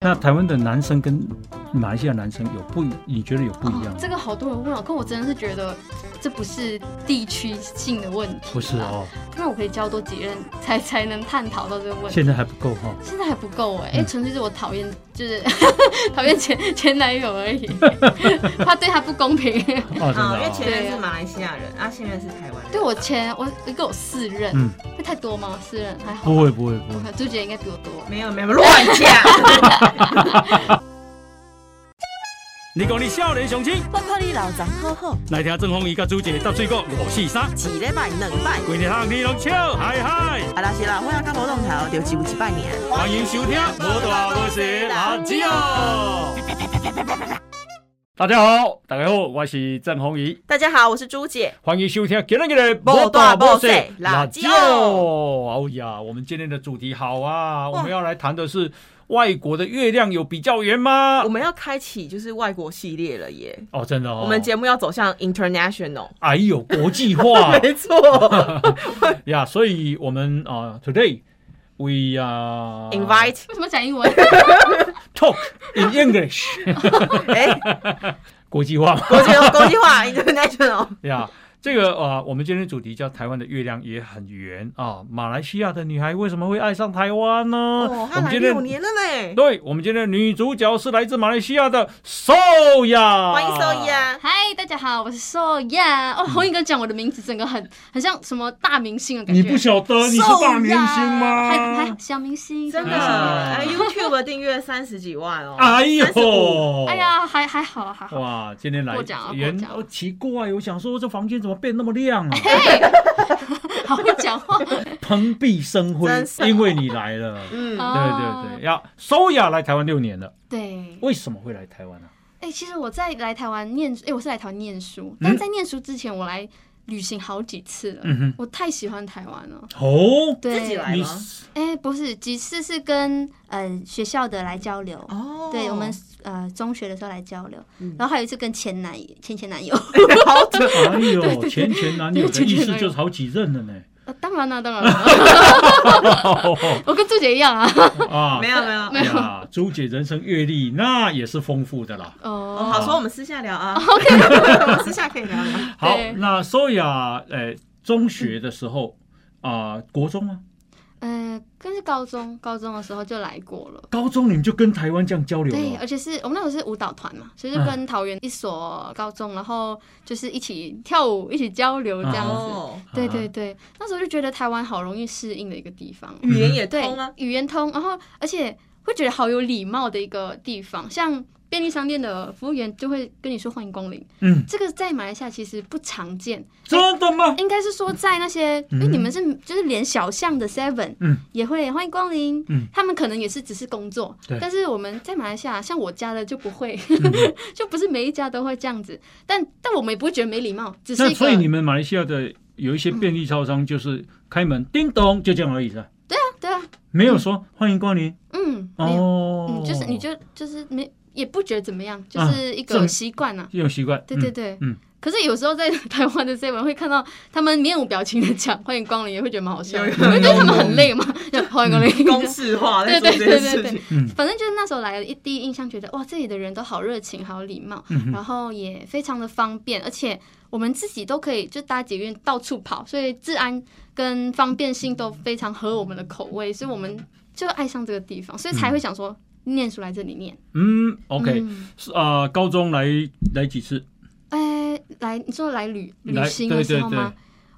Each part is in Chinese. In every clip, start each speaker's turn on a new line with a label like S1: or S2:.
S1: 那台湾的男生跟马来西亚男生有不一？你觉得有不一样
S2: 哦
S1: 吗？
S2: 这个好多人问哦，可我真的是觉得这不是地区性的问题，
S1: 不是，哦，
S2: 因为我可以教多几任才才能探讨到这个问题。
S1: 现在还不够哦哈、
S2: 现在还不够哎、
S1: 嗯
S2: 哎，纯粹是我讨厌，就是 讨厌前前男友 而已，怕对他不公平。
S1: 哦，真的、
S3: 啊，因为前
S1: 哦。
S3: 任是马来西亚人，啊，现任是台湾人。
S2: 对我前我一共有四任，
S1: 嗯，
S2: 会太多吗？四任还好
S1: 不会不会不
S2: 吧，
S1: 会，
S2: 朱姐应该比我多。
S3: 没有没有乱讲，
S1: 你讲你少年雄心，
S4: 我看你 老张好好，
S1: 来听郑鸿仪甲朱姐搭水果五四三，
S4: 一礼拜两拜，
S1: 规日项你拢笑嗨嗨。
S4: 啊啦是啦，我要看无动头，就只有一拜年。
S1: 欢迎收听《无大无小垃圾哦》。大家好，大家好，我是郑鸿仪，
S3: 大家好，我是朱姐。
S1: 欢迎收听今天的《
S4: 无大无小垃圾
S1: 哦。哎呀，我们今天的主题好啊，我们要来谈的是外国的月亮有比较圆吗
S3: 我？们要开启就是外国系列了耶，
S1: 哦，真的哦，
S3: 我们节目要走向 international。
S1: 哎呦国际化
S3: 没 错
S1: 呀，所以我们啊、t o d a y we 啊、
S3: ，invite，
S2: 为什么讲英文？
S1: talk in English
S3: 哎，
S1: 国际化。
S3: 国际国际化 international，
S1: 呀，这个啊、呃我们今天的主题叫台湾的月亮也很圆啊。马来西亚的女孩为什么会爱上台湾呢？
S3: 哦，
S1: 我
S3: 他
S1: 们
S3: 来
S1: 今天
S3: 六年了呢，
S1: 对，我们今天的女主角是来自马来西亚的 Soya，
S3: 欢迎收益。啊，
S2: 嗨，大家好，我是 So Yeah。哦，
S1: 嗯
S2: 红影哥讲我的名字，整个很很像什么大明星的感觉。
S1: 你不晓得你是大明星
S2: 还
S1: 吗
S2: 还？小明星，
S3: 真的，
S1: 啊
S3: 哎，YouTube 订阅三十几万哦，
S1: 哎呦
S3: 35，
S2: 哎，呀，还还好啊，还好。
S1: 哇，今天来
S2: 过奖啊
S1: 原
S2: 过奖
S1: 哦奇怪，我想说这房间怎么变那么亮啊？
S2: 好会讲话，
S1: 蓬荜生辉
S3: 真，是
S1: 因为你来了。对
S3: 嗯，
S1: 对对，要 Soya 来台湾六年了，
S2: 啊对。
S1: 为什么会来台湾啊呢、
S2: 哎、其实我在来台湾念，哎、我是来台湾念书，但在念书之前，我来旅行好几次了。
S1: 嗯嗯哼
S2: 我太喜欢台湾了。
S1: 哦，
S2: 对，
S3: 自己来
S1: 你
S3: 吗？
S2: 哎、不是几次是跟呃学校的来交流。
S3: 哦
S2: 对我们呃中学的时候来交流，
S3: 嗯
S2: 然后还有一次跟前男前 前男友，
S3: 好准，
S1: 哎呦，前前男友的意思就是好几任 了呢。
S2: 呃当然了，当 然了， 我跟朱姐一样啊。
S1: 啊
S3: 没有没有，
S1: 哎呀，朱姐人生阅历那也是丰富的啦。
S3: 哦，
S2: 哦，
S3: 好说我们私下聊啊，OK，我 们私下可以聊啊聊。
S1: 好
S2: 对，
S1: 那 Soya，呃，中学的时候啊、国中啊，
S2: 呃，跟是高中高中的时候就来过了。
S1: 高中你们就跟台湾这样交流
S2: 对，
S1: 了
S2: 而且是我们那时候是舞蹈团嘛，所以就跟桃园一所高中，然后就是一起跳舞，一起交流这样子。
S3: 哦，
S2: 对对对，那时候就觉得台湾好容易适应的一个地方，
S3: 语言也
S2: 对
S3: 通啊，，
S2: 语言通，然后而且会觉得好有礼貌的一个地方，像。便利商店的服务员就会跟你说欢迎光临，
S1: 嗯，
S2: 这个在马来西亚其实不常见，
S1: 真的 吗？
S2: 应该是说在那些，因为你们是就是连小巷的 Seven，
S1: 嗯
S2: 也会欢迎光临，
S1: 嗯
S2: 他们可能也是只是工作
S1: 对，
S2: 但是我们在马来西亚，像我家的就不会，
S1: 嗯
S2: 就不是每一家都会这样子，但但我们也不会觉得没礼貌，只是
S1: 那
S2: 一
S1: 所以你
S2: 个
S1: 们马来西亚的有一些便利超商就是开门叮咚就这样而已是吧？
S2: 对啊，
S1: 没有说欢迎光临
S2: 嗯，没有，
S1: 哦，
S2: 嗯，就是你就就是没也不觉得怎么样，就
S1: 啊
S2: 是一
S1: 这
S2: 个
S1: 么
S2: 习惯呐，
S1: 这种习惯，
S2: 对对
S1: 嗯
S2: 对，
S1: 嗯
S2: 可是有时候在台湾的 seven 会看到他们面无表情的讲欢迎光临，也会觉得蛮好笑的，
S3: 有
S2: 因为就是他们很累嘛，就欢迎光临，
S3: 公式化在做这
S2: 对
S3: 件事
S2: 对对对
S3: 情。
S1: 嗯
S2: 反正就是那时候来了一第一印象，觉得哇，这里的人都好热情，好有礼貌，
S1: 嗯哼
S2: 然后也非常的方便，而且我们自己都可以就搭捷运到处跑，所以治安跟方便性都非常合我们的口味，所以我们就爱上这个地方，所以才会想说念书来这里念。
S1: 嗯，OK，
S2: 嗯
S1: 是啊、高中来来几次？
S2: 哎、来，你说来旅旅
S1: 来
S2: 行
S1: 对
S2: 的
S1: 对
S2: 时候吗？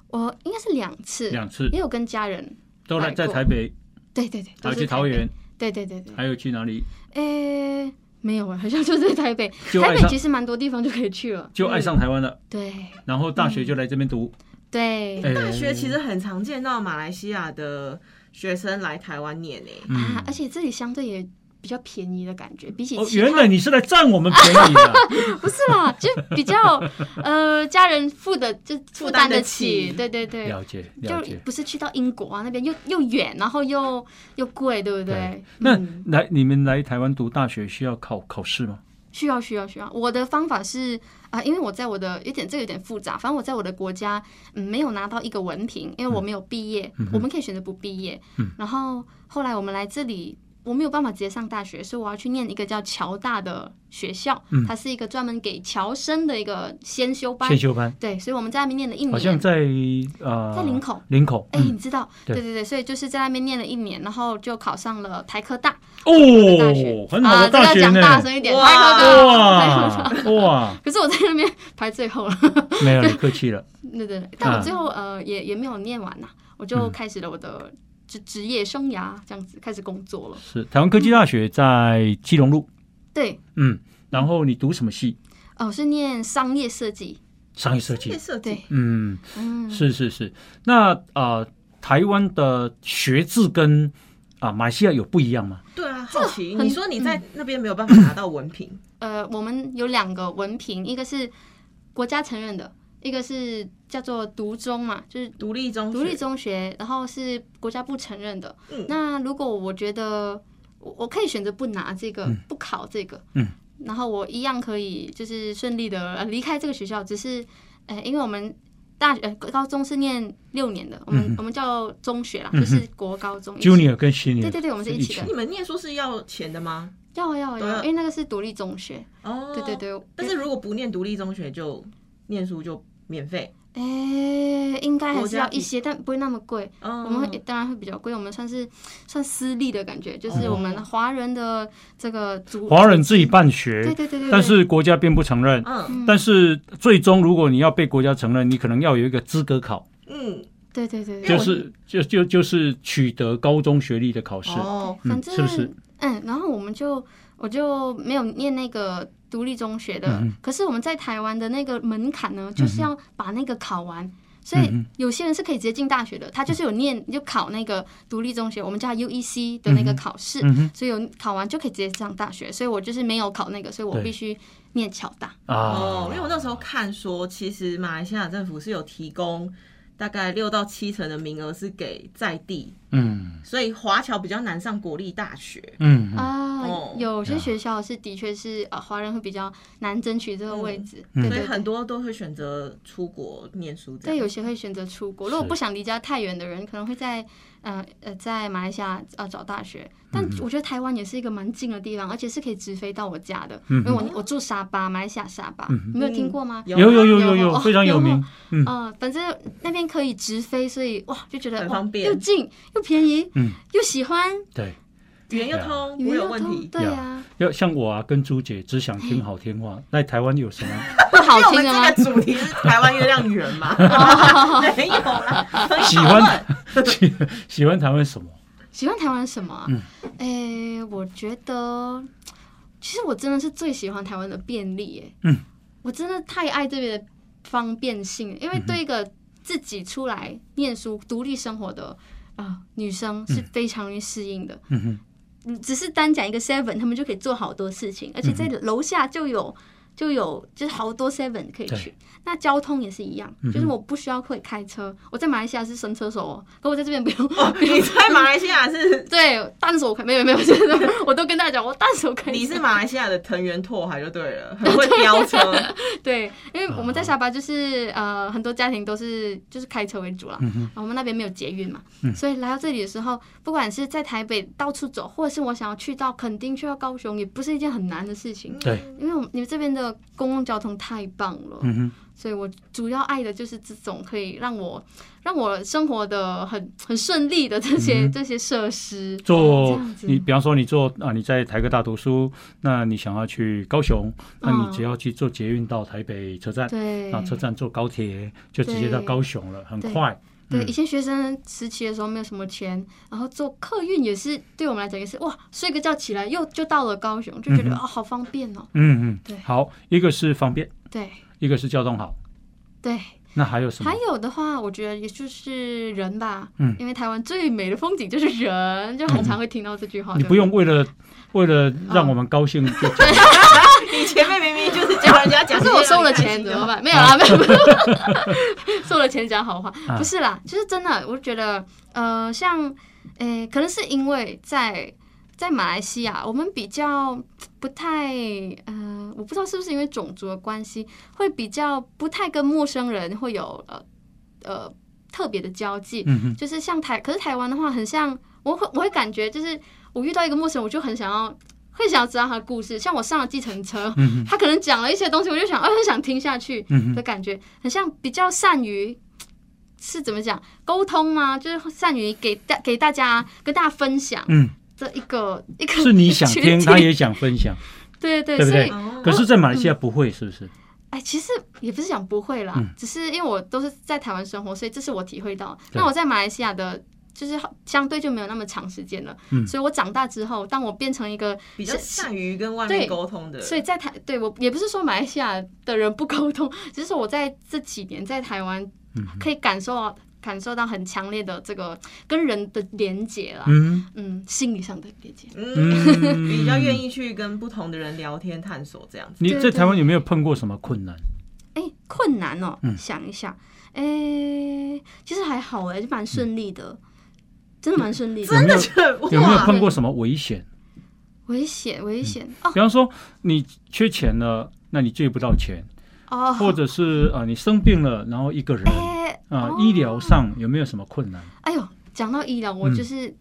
S2: 我应该是两次，
S1: 两次
S2: 也有跟家人。
S1: 都来
S2: 来
S1: 在
S2: 过
S1: 台北，
S2: 对对对，
S1: 还
S2: 都
S1: 有
S2: 是
S1: 去
S2: 台
S1: 桃
S2: 北
S1: 园，，
S2: 对对对对，
S1: 还有去哪里？
S2: 哎、没有啊，好像就是台北。
S1: 就
S2: 台
S1: 爱
S2: 北
S1: 上
S2: 其实蛮多地方就可以去了。
S1: 就爱上台湾了，
S2: 对
S1: 然后大学就来这边读。
S2: 对、
S1: 哎
S3: 大学其实很常见到马来西亚的学生来台湾念欸诶、
S2: 啊
S1: 嗯，
S2: 而且这里相对也比较便宜的感觉，比起
S1: 哦，
S2: 其他
S1: 原来你是来占我们便宜的啊，
S2: 不是啦，就比较呃家人付的就负担得
S3: 负担得起
S2: 对对对。
S1: 了解
S2: 就
S1: 了解。
S2: 不是去到英国啊，那边又又远，然后又又贵，对不嗯对？
S1: 对那来你们来台湾读大学需要考考试吗？
S2: 需要需要需要。我的方法是啊、因为我在我的有点这个有点复杂，反正我在我的国家嗯没有拿到一个
S1: 嗯
S2: 文凭，因为我没有毕业，我们可以选择不毕业。然后后来我们来这里我没有办法直接上大学，所以我要去念一个叫侨大的学校，
S1: 嗯
S2: 它是一个专门给侨生的一个先修班
S1: 先。修班，
S2: 对，所以我们在那边念了一年。
S1: 好像嗯在呃，
S2: 在林口
S1: 林口，
S2: 哎、你
S1: 嗯，
S2: 知道，
S1: 对
S2: 对对对，所以就是在那边念了一年，然后就考上了台科大大学
S1: 嗯哦，很好
S2: 啊，
S1: 的
S2: 这个
S1: 大
S2: 要
S1: 学
S2: 讲
S1: 呢，
S2: 大声一点，
S3: 哇
S2: 台科 大，台科
S1: 哇
S2: 大。
S1: 哇，
S2: 可是我在那边排最后了，
S1: 没有你客气了，
S2: 对对对，但
S1: 啊
S2: 我最后、呃也也没有念完呐、啊我就
S1: 嗯
S2: 开始了我的职职业生涯，这样子开始工作了。
S1: 是台湾科技大学在基隆路，
S2: 对，
S1: 嗯，然后你读什么系？
S2: 哦、我是念商业设计，
S1: 商业设
S3: 业
S1: 计，
S3: 设计
S2: 对，
S1: 嗯，
S2: 嗯，
S1: 是是是，那呃，台湾的学制跟啊、马来西亚有不一样吗？
S3: 对啊，好奇，
S2: 很
S3: 你说你在那边没有办法拿到文凭，
S2: 呃，我们有两个文凭，一个是国家承认的，一个是叫做独中嘛，就是
S3: 独立中学
S2: 独立中学，然后是国家不承认的。
S3: 嗯
S2: 那如果我觉得我我可以选择不拿这个，
S1: 嗯
S2: 不考这个，
S1: 嗯，
S2: 然后我一样可以就是顺利的离开这个学校，只是呃，因为我们。大呃高中是念六年的，我们、
S1: 嗯哼
S2: 我们叫中学啦，
S1: 嗯哼
S2: 就是国高中一起
S1: Junior 跟 Senior，
S2: 对对对我们是一起的
S3: 你们念书是要钱的吗？
S2: 要啊要啊要
S3: 对
S2: 啊
S3: 啊，
S2: 因为那个是独立中学，
S3: 哦，
S2: 对对。对。
S3: 但是如果不念独立中学，就念书就免费。
S2: 哎、应该还是要
S3: 国家
S2: 一些，但不会那么贵。
S3: 嗯，
S2: 我们会当然会比较贵，我们算是算私立的感觉，就是
S1: 哦
S2: 我们华人的这个族
S1: 华人自己办学，
S2: 对对对对，
S1: 但是国家并不承认。
S3: 嗯
S2: 嗯
S1: 但是最终，如果你要被国家承认，你可能要有一个资格考，
S3: 嗯，
S2: 对对对
S1: 就
S2: 对，
S1: 是就就就是取得高中学历的考试。
S3: 哦，
S1: 嗯
S2: 反正
S1: 是不是
S2: 嗯，然后我们就我就没有念那个独立中学的
S1: 嗯，
S2: 可是我们在台湾的那个门槛呢，就是要把那个考完。所以
S1: 嗯
S2: 有些人是可以直接进大学的，他就是有念就考那个独立中学，我们叫 UEC 的那个
S1: 嗯哼
S2: 考试，
S1: 嗯哼
S2: 所以有考完就可以直接上大学。所以我就是没有考那个，所以我
S1: 对
S2: 必须念侨大。
S1: 啊
S3: 哦，，因为我那时候看说，其实马来西亚政府是有提供大概六到七成的名额是给在地，
S1: 嗯
S3: 所以华侨比较难上国立大学。
S1: 嗯嗯
S2: 啊，
S3: 哦
S2: 有些学校是的确是呃，华人会比较难争取这个位置，
S1: 嗯
S2: 对
S3: 所以
S2: 对
S3: 很
S2: 对。
S3: 多都会选择出国念书这
S2: 对，
S3: 样。
S2: 有些会选择出国。如果
S1: 是
S2: 不想离家太远的人，可能会在呃呃在马来西亚呃找大学。
S1: 嗯
S2: 但我觉得台湾也是一个蛮近的地方，而且是可以直飞到我家的。
S1: 嗯
S2: 因为我我住沙巴，马来西亚沙巴，
S1: 嗯
S2: 你没有听过吗？
S3: 有
S1: 有有有有
S2: 有
S1: 有
S2: 哦
S1: 非常有名，嗯
S2: 呃，反正那边可以直飞，所以哇，就觉得
S3: 很
S2: 哇
S3: 方便
S2: 又近又便宜，
S1: 嗯
S2: 又喜欢，
S1: 对。啊
S3: 语言又通，
S2: 语言
S3: 不会有
S2: 又
S3: 问
S2: 通，
S3: 题。
S2: 对
S1: 呀
S2: 啊，
S1: 要像我啊，跟朱姐只想听好听
S2: 嗯
S1: 话，在台湾有什么？
S2: 不好哦
S3: 因为我
S2: 听
S3: 们
S2: 的吗？
S3: 这个主题是台湾月亮圆 嘛，没有啦，很好
S1: 喜欢 喜喜欢台湾什么？
S2: 喜欢台湾什么、啊？
S1: 嗯
S2: 诶、我觉得其实我真的是最喜欢台湾的便利、耶。
S1: 嗯，
S2: 我真的太爱这边的方便性，因为对一个自己出来念书、独立生活的啊、呃女生是非常容易适应的。
S1: 嗯哼，
S2: 嗯只是单讲一个 Seven，他们就可以做好多事情，
S1: 嗯
S2: 而且在楼下就有。就有就是好多 seven 可以去
S1: 对，
S2: 那交通也是一样，
S1: 嗯哼
S2: 就是我不需要会开车，我在马来西亚是神车手哦，可我在这边不 用，
S3: 哦，你在马来西亚 是
S2: 对，单手开没有没有，就是我都跟大家讲，我单手开。
S3: 你是马来西亚的藤原拓海就对了，很会飙车。
S2: 对，因为我们在沙巴就是呃很多家庭都是就是开车为主啦，
S1: 嗯哼
S2: 然后我们那边没有捷运嘛，
S1: 嗯
S2: 所以来到这里的时候，不管是在台北到处走，或者是我想要去到垦丁、去到高雄，也不是一件很难的事情，
S1: 对，
S2: 因为我们你们这边的公共交通太棒了，
S1: 嗯哼，
S2: 所以我主要爱的就是这种可以让我让我生活的很很顺利的这些、
S1: 嗯
S2: 这些设施。哦这
S1: 做
S2: 样子
S1: 你比方说你做啊，你在台科大读书，那你想要去高雄，那你只要去坐捷运到台北车站，
S2: 嗯对，
S1: 啊那车站坐高铁就直接到高雄了，很快。
S2: 对，
S1: 嗯
S2: 以前学生时期的时候没有什么钱，然后坐客运也是对我们来讲也是哇，睡个觉起来又就到了高雄，就觉得
S1: 嗯
S2: 哦好方便哦。
S1: 嗯
S2: 对
S1: 嗯，好，一个是方便，
S2: 对
S1: 一个是交通好，
S2: 对，
S1: 那还有什么
S2: 还？有的话，我觉得也就是人吧，
S1: 嗯
S2: 因为台湾最美的风景就是人，就很常会听到这句话。
S1: 你
S2: 对
S1: 不
S2: 吧
S1: 用为了为了
S2: 哦
S1: 让我们高兴就 讲
S3: 你前面明明就是教人家讲，
S2: 可是我收了钱怎么 办？没有啦，没有， 收了钱讲好话
S1: 啊，
S2: 不是啦，就是真的，我觉得呃，像诶、可能是因为在在马来西亚，我们比较不太呃，我不知道是不是因为种族的关系，会比较不太跟陌生人会有呃呃特别的交际，
S1: 嗯哼，
S2: 就是像台，可是台湾的话，很像我会我会感觉就是我遇到一个陌生人，我就很想要会想要知道他的故事。像我上了计程车，
S1: 嗯哼，
S2: 他可能讲了一些东西，我就想，啊，很想听下去
S1: 嗯
S2: 的
S1: 哼，
S2: 感觉，很像比较善于。是怎么讲沟通吗？就是善于给大给大家跟大家分享
S1: 嗯，
S2: 这一个一个
S1: 是你想
S2: 群
S1: 听，
S2: 体
S1: 他也想分享，
S2: 对
S1: 对
S2: 对
S1: 不
S2: 所
S1: 对
S2: 以
S3: 哦
S1: 可是，在马来西
S2: 嗯
S1: 亚不会，是不是？
S2: 哎，其实也不是讲不会啦，
S1: 嗯
S2: 只是因为我都是在台湾生活，所以这是我体会到。
S1: 对
S2: 那我在马来西亚的，就是相对就没有那么长时间了。
S1: 嗯
S2: 所以我长大之后，当我变成一个，
S3: 比较
S2: 是
S3: 善于跟外面
S2: 对
S3: 沟通的，
S2: 所以在台，对我也不是说马来西亚的人不沟通，只是说我在这几年在台湾
S1: 嗯
S2: 可以感受到感受到很强烈的这个跟人的连结啦，
S1: 嗯
S2: 嗯，心理上的连结。
S3: 嗯，
S1: 嗯，
S3: 比较愿。意去跟不同的人聊天探索这样子。
S1: 你
S2: 对
S1: 在
S2: 对
S1: 台湾有没有碰过什么困难？
S2: 哎、困难哦、
S1: 嗯
S2: 想一下，哎、其实还好哎、就蛮顺利
S1: 嗯
S2: 的，真的蛮顺利的。
S1: 有没有有没有
S2: 啊
S3: 哇，
S1: 碰过什么危险？
S2: 危险，危险、哦
S1: 比方说你缺钱了，那你借不到钱，
S2: 哦哦，
S1: 或者是啊、呃你生病了，然后一个人啊、
S2: 哎、哦
S1: 医疗上有没有什么困难？
S2: 哎呦，讲到医疗，我
S1: 嗯
S2: 就是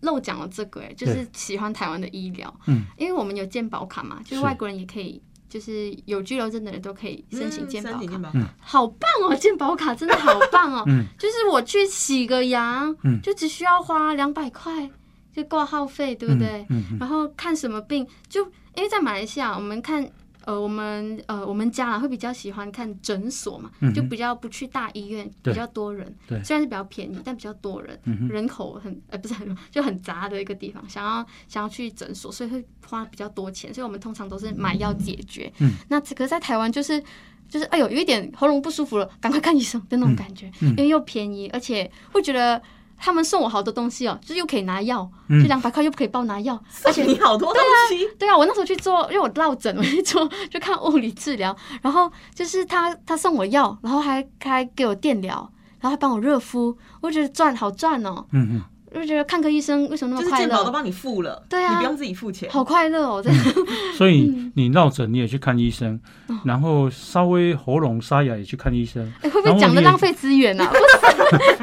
S2: 漏讲了这个、哎、就是喜欢台湾的医疗，
S1: 嗯，
S2: 因为我们有健保卡嘛，就是是外国人也可以，就是有居留证的人都可以申请健保
S3: 嗯
S2: 卡，
S3: 申请健保
S1: 嗯
S3: 卡，
S2: 好棒哦，健保卡真的好棒哦，
S1: 嗯
S2: 就是我去洗个牙，
S1: 嗯
S2: 就只需要花两百块，就挂号费，对不对？
S1: 嗯嗯
S2: 然后看什么病，就因为在马来西亚，我们看呃，我们呃，我们家啦会比较喜欢看诊所嘛，
S1: 嗯哼
S2: 就比较不去大医院，
S1: 对
S2: 比较多人，
S1: 对
S2: 虽然是比较便宜，但比较多人，
S1: 嗯哼
S2: 人口很呃不是很就很杂的一个地方，想要想要去诊所，所以会花比较多钱，所以我们通常都是买药解决。
S1: 嗯，
S2: 那这个在台湾就是。就是哎呦，有一点喉咙不舒服了，赶快看医生的那种感觉，
S1: 嗯
S2: 因为又便宜，而且会觉得他们送我好多东西哦，就是又可以拿药，
S1: 嗯
S2: 就两百块又可以帮我拿药，
S3: 而且你好多东西，
S2: 对啊，我那时候去做，因为我落枕，我去做就看物理治疗，然后就是他他送我药，然后还还给我电疗，然后还帮我热敷，我觉得赚好赚哦，
S1: 嗯嗯，
S2: 我就觉得看个医生为什么
S3: 就
S2: 那
S3: 是
S2: 么快
S3: 健保都
S2: 乐，
S3: 帮你付了，
S2: 对啊
S3: 你不用自己付钱。
S2: 好快乐哦，真的。
S1: 所以你落枕你也去看医生，
S2: 嗯哦
S1: 然后稍微喉咙沙哑也去看医生，
S2: 哎 会不会讲的浪费资源啊？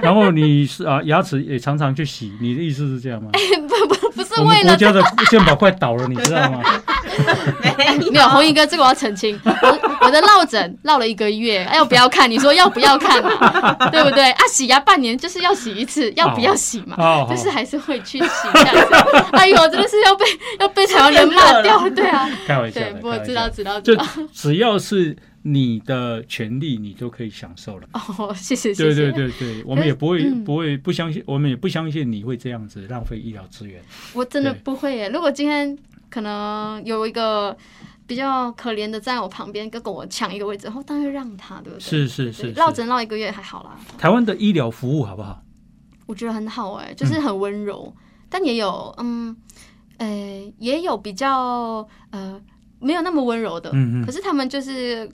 S1: 然后你是啊牙齿也常常去洗，你的意思是这样吗？
S2: 不不不哎是
S1: 我们
S2: 为 了
S1: 国。家的健保快倒了，你知 道吗？
S3: 哎
S2: 没有，红衣哥，这个我要澄清，我我的落枕落了一个月，哎，要不要看？你说要不要看啊？对不对？啊，洗牙半年就是要洗一次，要不要洗嘛？
S1: 哦，
S2: 就是还是会去洗这样子。哎呦，真的是要被 要被台湾人骂掉，对啊，
S1: 开玩笑
S2: 对
S1: 的，，
S2: 我
S1: 开玩
S2: 知
S1: 笑
S2: 道
S1: 的，
S2: 知道
S1: 就
S2: 知道。
S1: 只要是你的权利，你都可以享受了。
S2: 哦，谢谢谢
S1: 对对
S2: 谢。
S1: 对 对，我们也不会
S2: 嗯
S1: 不会不相信，我们也不相信你会这样子浪费医疗资源。
S2: 我真的
S1: 对
S2: 不会耶。如果今天可能有一个比较可怜的站在我旁边，跟跟我抢一个位置，然后当然会让他，对不对？
S1: 是是
S2: 对
S1: 是，
S2: 绕
S1: 是
S2: 针绕一个月还好啦，
S1: 台湾的医疗服务好不好？
S2: 我觉得很好哎，就是
S1: 嗯
S2: 很温柔，但也有嗯，呃，也有比较呃没有那么温柔的，
S1: 嗯
S2: 呃可是他们就是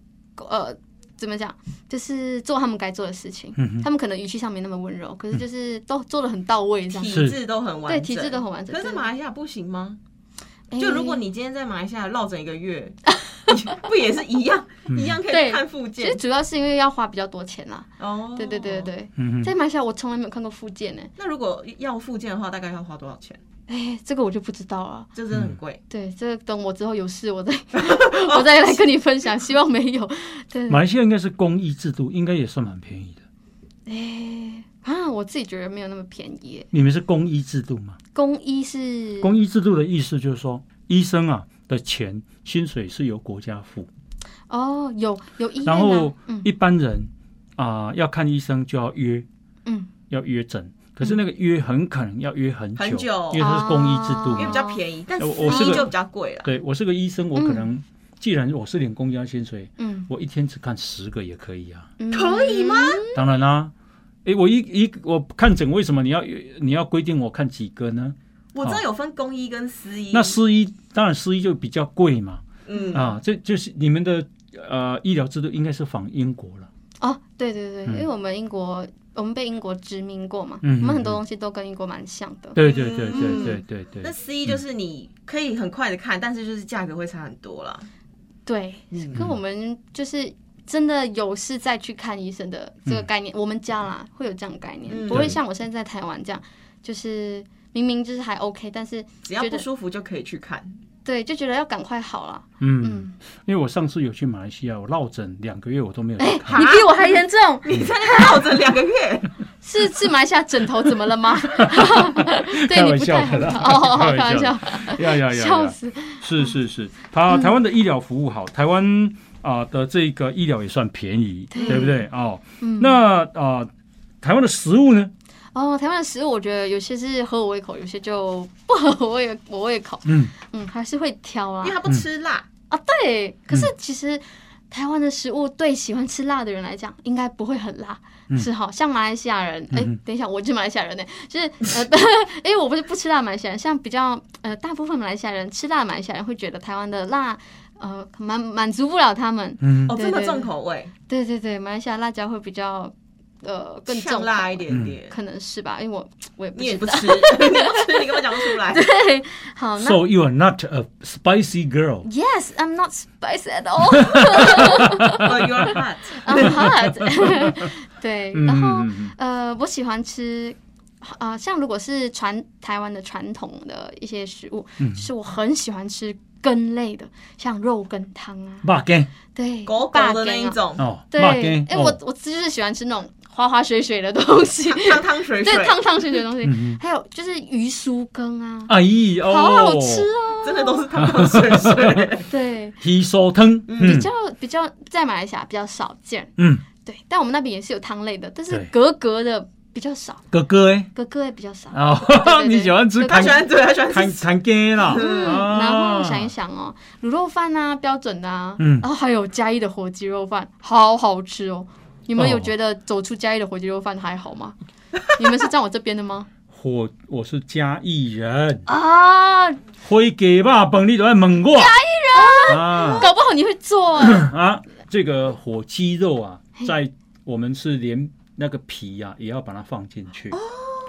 S2: 呃怎么讲，就是做他们该做的事情。
S1: 嗯嗯嗯
S2: 他们可能语气上没那么温柔，可是就是都做的很到位，这样
S3: 体
S2: 子。
S1: 是
S3: 制都很完
S2: 对
S3: 整，
S2: 体制都很完整
S3: 可是在
S2: 对
S3: 马来西亚不行吗？
S2: 哎
S3: 就如果你今天在马来西亚落枕一个月， 不也是一样
S1: 嗯
S3: 一样可以
S2: 对
S3: 看附
S2: 其实
S3: 件？
S2: 主要是因为要花比较多钱啦。
S3: 哦，
S2: 对对对。对
S1: 嗯
S2: 对，
S1: 嗯，
S2: 在马来西亚我从来没有看过附件呢，
S3: 那如果要附件的话，大概要花多少钱？
S2: 哎，这个我就不知道了。
S3: 这真的
S1: 嗯
S3: 很贵。
S2: 对，这个等我之后有事 我再我再来跟你分享，希望没有。对，
S1: 马来西亚应该是公益制度，应该也算蛮便宜的。
S2: 哎啊，我自己觉得没有那么便宜耶。
S1: 你们是公益制度吗？
S2: 公医是
S1: 公益制度的意思就是说，医生啊的钱薪水是由国家付，
S2: 哦，有有医院
S1: 然
S2: 啊
S1: 后，
S2: 嗯
S1: 一般人啊、要看医生就要约，
S2: 嗯，
S1: 要约诊，可是那个约很可能要约很久，
S3: 很久
S1: 因为它是公益制度
S2: 哦
S3: 因为
S1: 嘛。
S3: 比较便宜，但
S1: 我
S3: 私
S1: 我是
S3: 立
S1: 个
S3: 就比较贵了。
S1: 对我是个医生，我可能、既然我是领公家薪水，
S2: 嗯，
S1: 我一天只看十个也可以啊。
S2: 嗯
S3: 可以吗？
S1: 当然啦、诶，我一一我看诊，为什么你要你要规定我看几个呢？
S3: 我知道有分公医跟私医，
S1: 那私医当然私医就比较贵嘛，
S3: 嗯
S1: 啊，这就是你们的呃医疗制度应该是仿英国了，
S2: 哦，对对对，
S1: 嗯
S2: 因为我们英国，我们被英国殖民过嘛，
S1: 嗯
S2: 我们很多东西都跟英国蛮像的。
S1: 对对对对
S3: 嗯
S1: 对对对，嗯
S3: 那 C 就是你可以很快的看，但是就是价格会差很多啦。
S2: 对，
S3: 嗯
S2: 跟我们就是真的有事再去看医生的这个概念，我们家啦会有这样的概念，
S3: 嗯
S2: 不会
S1: 对
S2: 像我现在在台湾这样，就是明明就是还 OK，但是
S3: 只要
S2: 觉
S3: 不
S2: 得
S3: 舒服就可以去看。
S2: 对就觉得要赶快好了。
S1: 嗯，
S2: 嗯，
S1: 因为我上次有去马来西亚，我落枕两个月我都没有去看。
S2: 你比我还严重，
S3: 你在那边闹着两个月，
S2: 是是马来西亚枕头怎么了吗？ 对你不太好
S1: 开玩笑的啦
S2: 哦，
S1: 开玩
S2: 开玩
S1: 笑
S2: 笑，
S1: 呀呀呀
S2: 笑
S1: 呀！
S2: 死，嗯
S1: 是是是，它台湾的医疗服务好，台湾啊、的这个医疗也算便宜，
S2: 对
S1: 对不对？哦，
S2: 嗯。
S1: 那啊、台湾的食物呢？
S2: 哦，台湾的食物我觉得有些是合我胃口，有些就不合我胃我胃口。
S1: 嗯，
S2: 嗯，还是会挑啊
S3: 因为。他不吃辣，
S2: 啊，对，可
S1: 嗯
S2: 是其实台湾的食物对喜欢吃辣的人来讲，应该不会很辣。
S1: 嗯
S2: 是哈，像马来西亚人，
S1: 嗯
S2: 哎、
S1: 哼
S2: 等一下，我是马来西亚人呢、 就是呃，因为我不是不吃辣马来西亚人，像比较呃，大部分马来西亚人吃辣的马来西亚人会觉得台湾的辣，呃，满满足不了他们。
S1: 嗯
S3: 哦，
S2: 对
S3: 这么
S2: 对
S3: 重
S2: 对
S3: 口味，
S2: 对对对，马来西亚辣椒会比较呃更
S3: 呛
S2: 重
S3: 辣
S2: 口
S3: 一点
S1: 嗯
S3: 点。
S2: 可能是吧，因为我我也不
S3: 你也
S2: 知
S3: 不
S2: 道。
S3: 吃，你不吃，你根本讲不出来。
S2: 对， 好，那
S1: ，So you are not a spicy girl。
S2: Yes, I'm not spicy at all.
S3: But you're Oh, hot，
S2: I'm hot. 对，
S1: 嗯
S2: 然后
S1: 嗯嗯
S2: 呃，我喜欢吃。啊、像如果是传台湾的传统的一些食物，
S1: 嗯
S2: 就是我很喜欢吃羹类的，像肉羹汤啊，
S1: 肉羹
S2: 对，
S3: 狗狗
S2: 大
S3: 的
S2: 羹
S3: 那一
S2: 啊，
S3: 种，
S1: 哦，
S2: 对，
S1: 肉
S2: 哎
S1: 羹、
S2: 我
S1: 哦，
S2: 我就是喜欢吃那种花花水水的东西，
S3: 汤汤水水
S2: 对，，汤汤水水的东西，
S1: 嗯
S2: 还有就是鱼酥羹啊，
S1: 哎呦，
S2: 好好吃哦，
S3: 真的都是汤汤水水。
S2: 对，
S1: 稀疏汤，
S2: 比
S1: 嗯
S2: 较比较在马来西亚比较少见，
S1: 嗯，
S2: 对，但我们那边也是有汤类的，但是
S1: 对
S2: 格格的比较少，
S1: 哥哥哎，
S2: 格格也比较少。
S1: 哦，
S2: 对对
S1: 你喜欢吃
S2: 对
S3: 他
S1: 汤
S3: 喜欢，对，他喜欢
S1: 汤
S3: 吃
S1: 汤羹啦，
S2: 嗯，
S1: 啊
S2: 然后想一，想哦，卤肉饭啊，标准的啊，
S1: 嗯
S2: 然后还有嘉义的火鸡肉饭，好好吃哦。你们
S1: 哦
S2: 有觉得走出嘉义的火鸡肉饭还好 吗？你们是站我这边的吗？
S1: 我我是嘉义人，
S2: 啊，
S1: 会给吧，本你都在问我，嘉义人啊
S2: 搞不好你会做啊。
S1: 啊，这个火鸡肉啊，在我们是连那个皮啊也要把它放进
S2: 哦
S1: 去，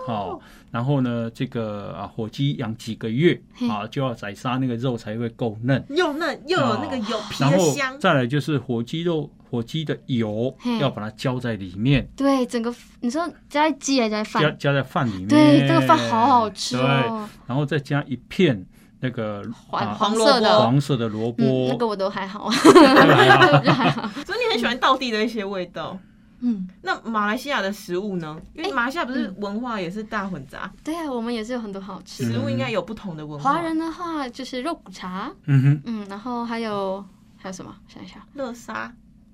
S1: 好、然后呢，这个啊火鸡养几个月
S2: 嘿
S1: 啊，就要宰杀那个肉才会够嫩。
S3: 又嫩又有那个油皮
S1: 啊然
S3: 的
S1: 后
S3: 香，
S1: 再来就是火鸡肉，火鸡的油
S2: 嘿
S1: 要把它浇在里面，
S2: 对，整个你说嘉义鸡还在
S1: 浇
S2: 饭，
S1: 浇在饭里面。
S2: 对，这个饭好好吃
S1: 对，
S2: 哦，
S1: 然后再加一片那个
S2: 黄
S1: 啊
S2: 黄色
S3: 黄
S2: 的，
S1: 黄色的萝
S2: 嗯，
S1: 卜
S2: 那，个我都还好，
S1: 再来啊
S3: 所以你很喜欢道地的一些味道。
S2: 嗯。
S3: 那马来西亚的食物呢？因为马来西亚不是文化也是大混杂，
S2: 对啊，我们也是有很多好
S1: 嗯
S2: 吃
S3: 食
S2: 的。
S3: 物应该有不同的文化。
S2: 华人的话就是肉骨茶，
S1: 嗯哼，
S2: 嗯，然后还有还有什么？想一想，
S3: 乐沙，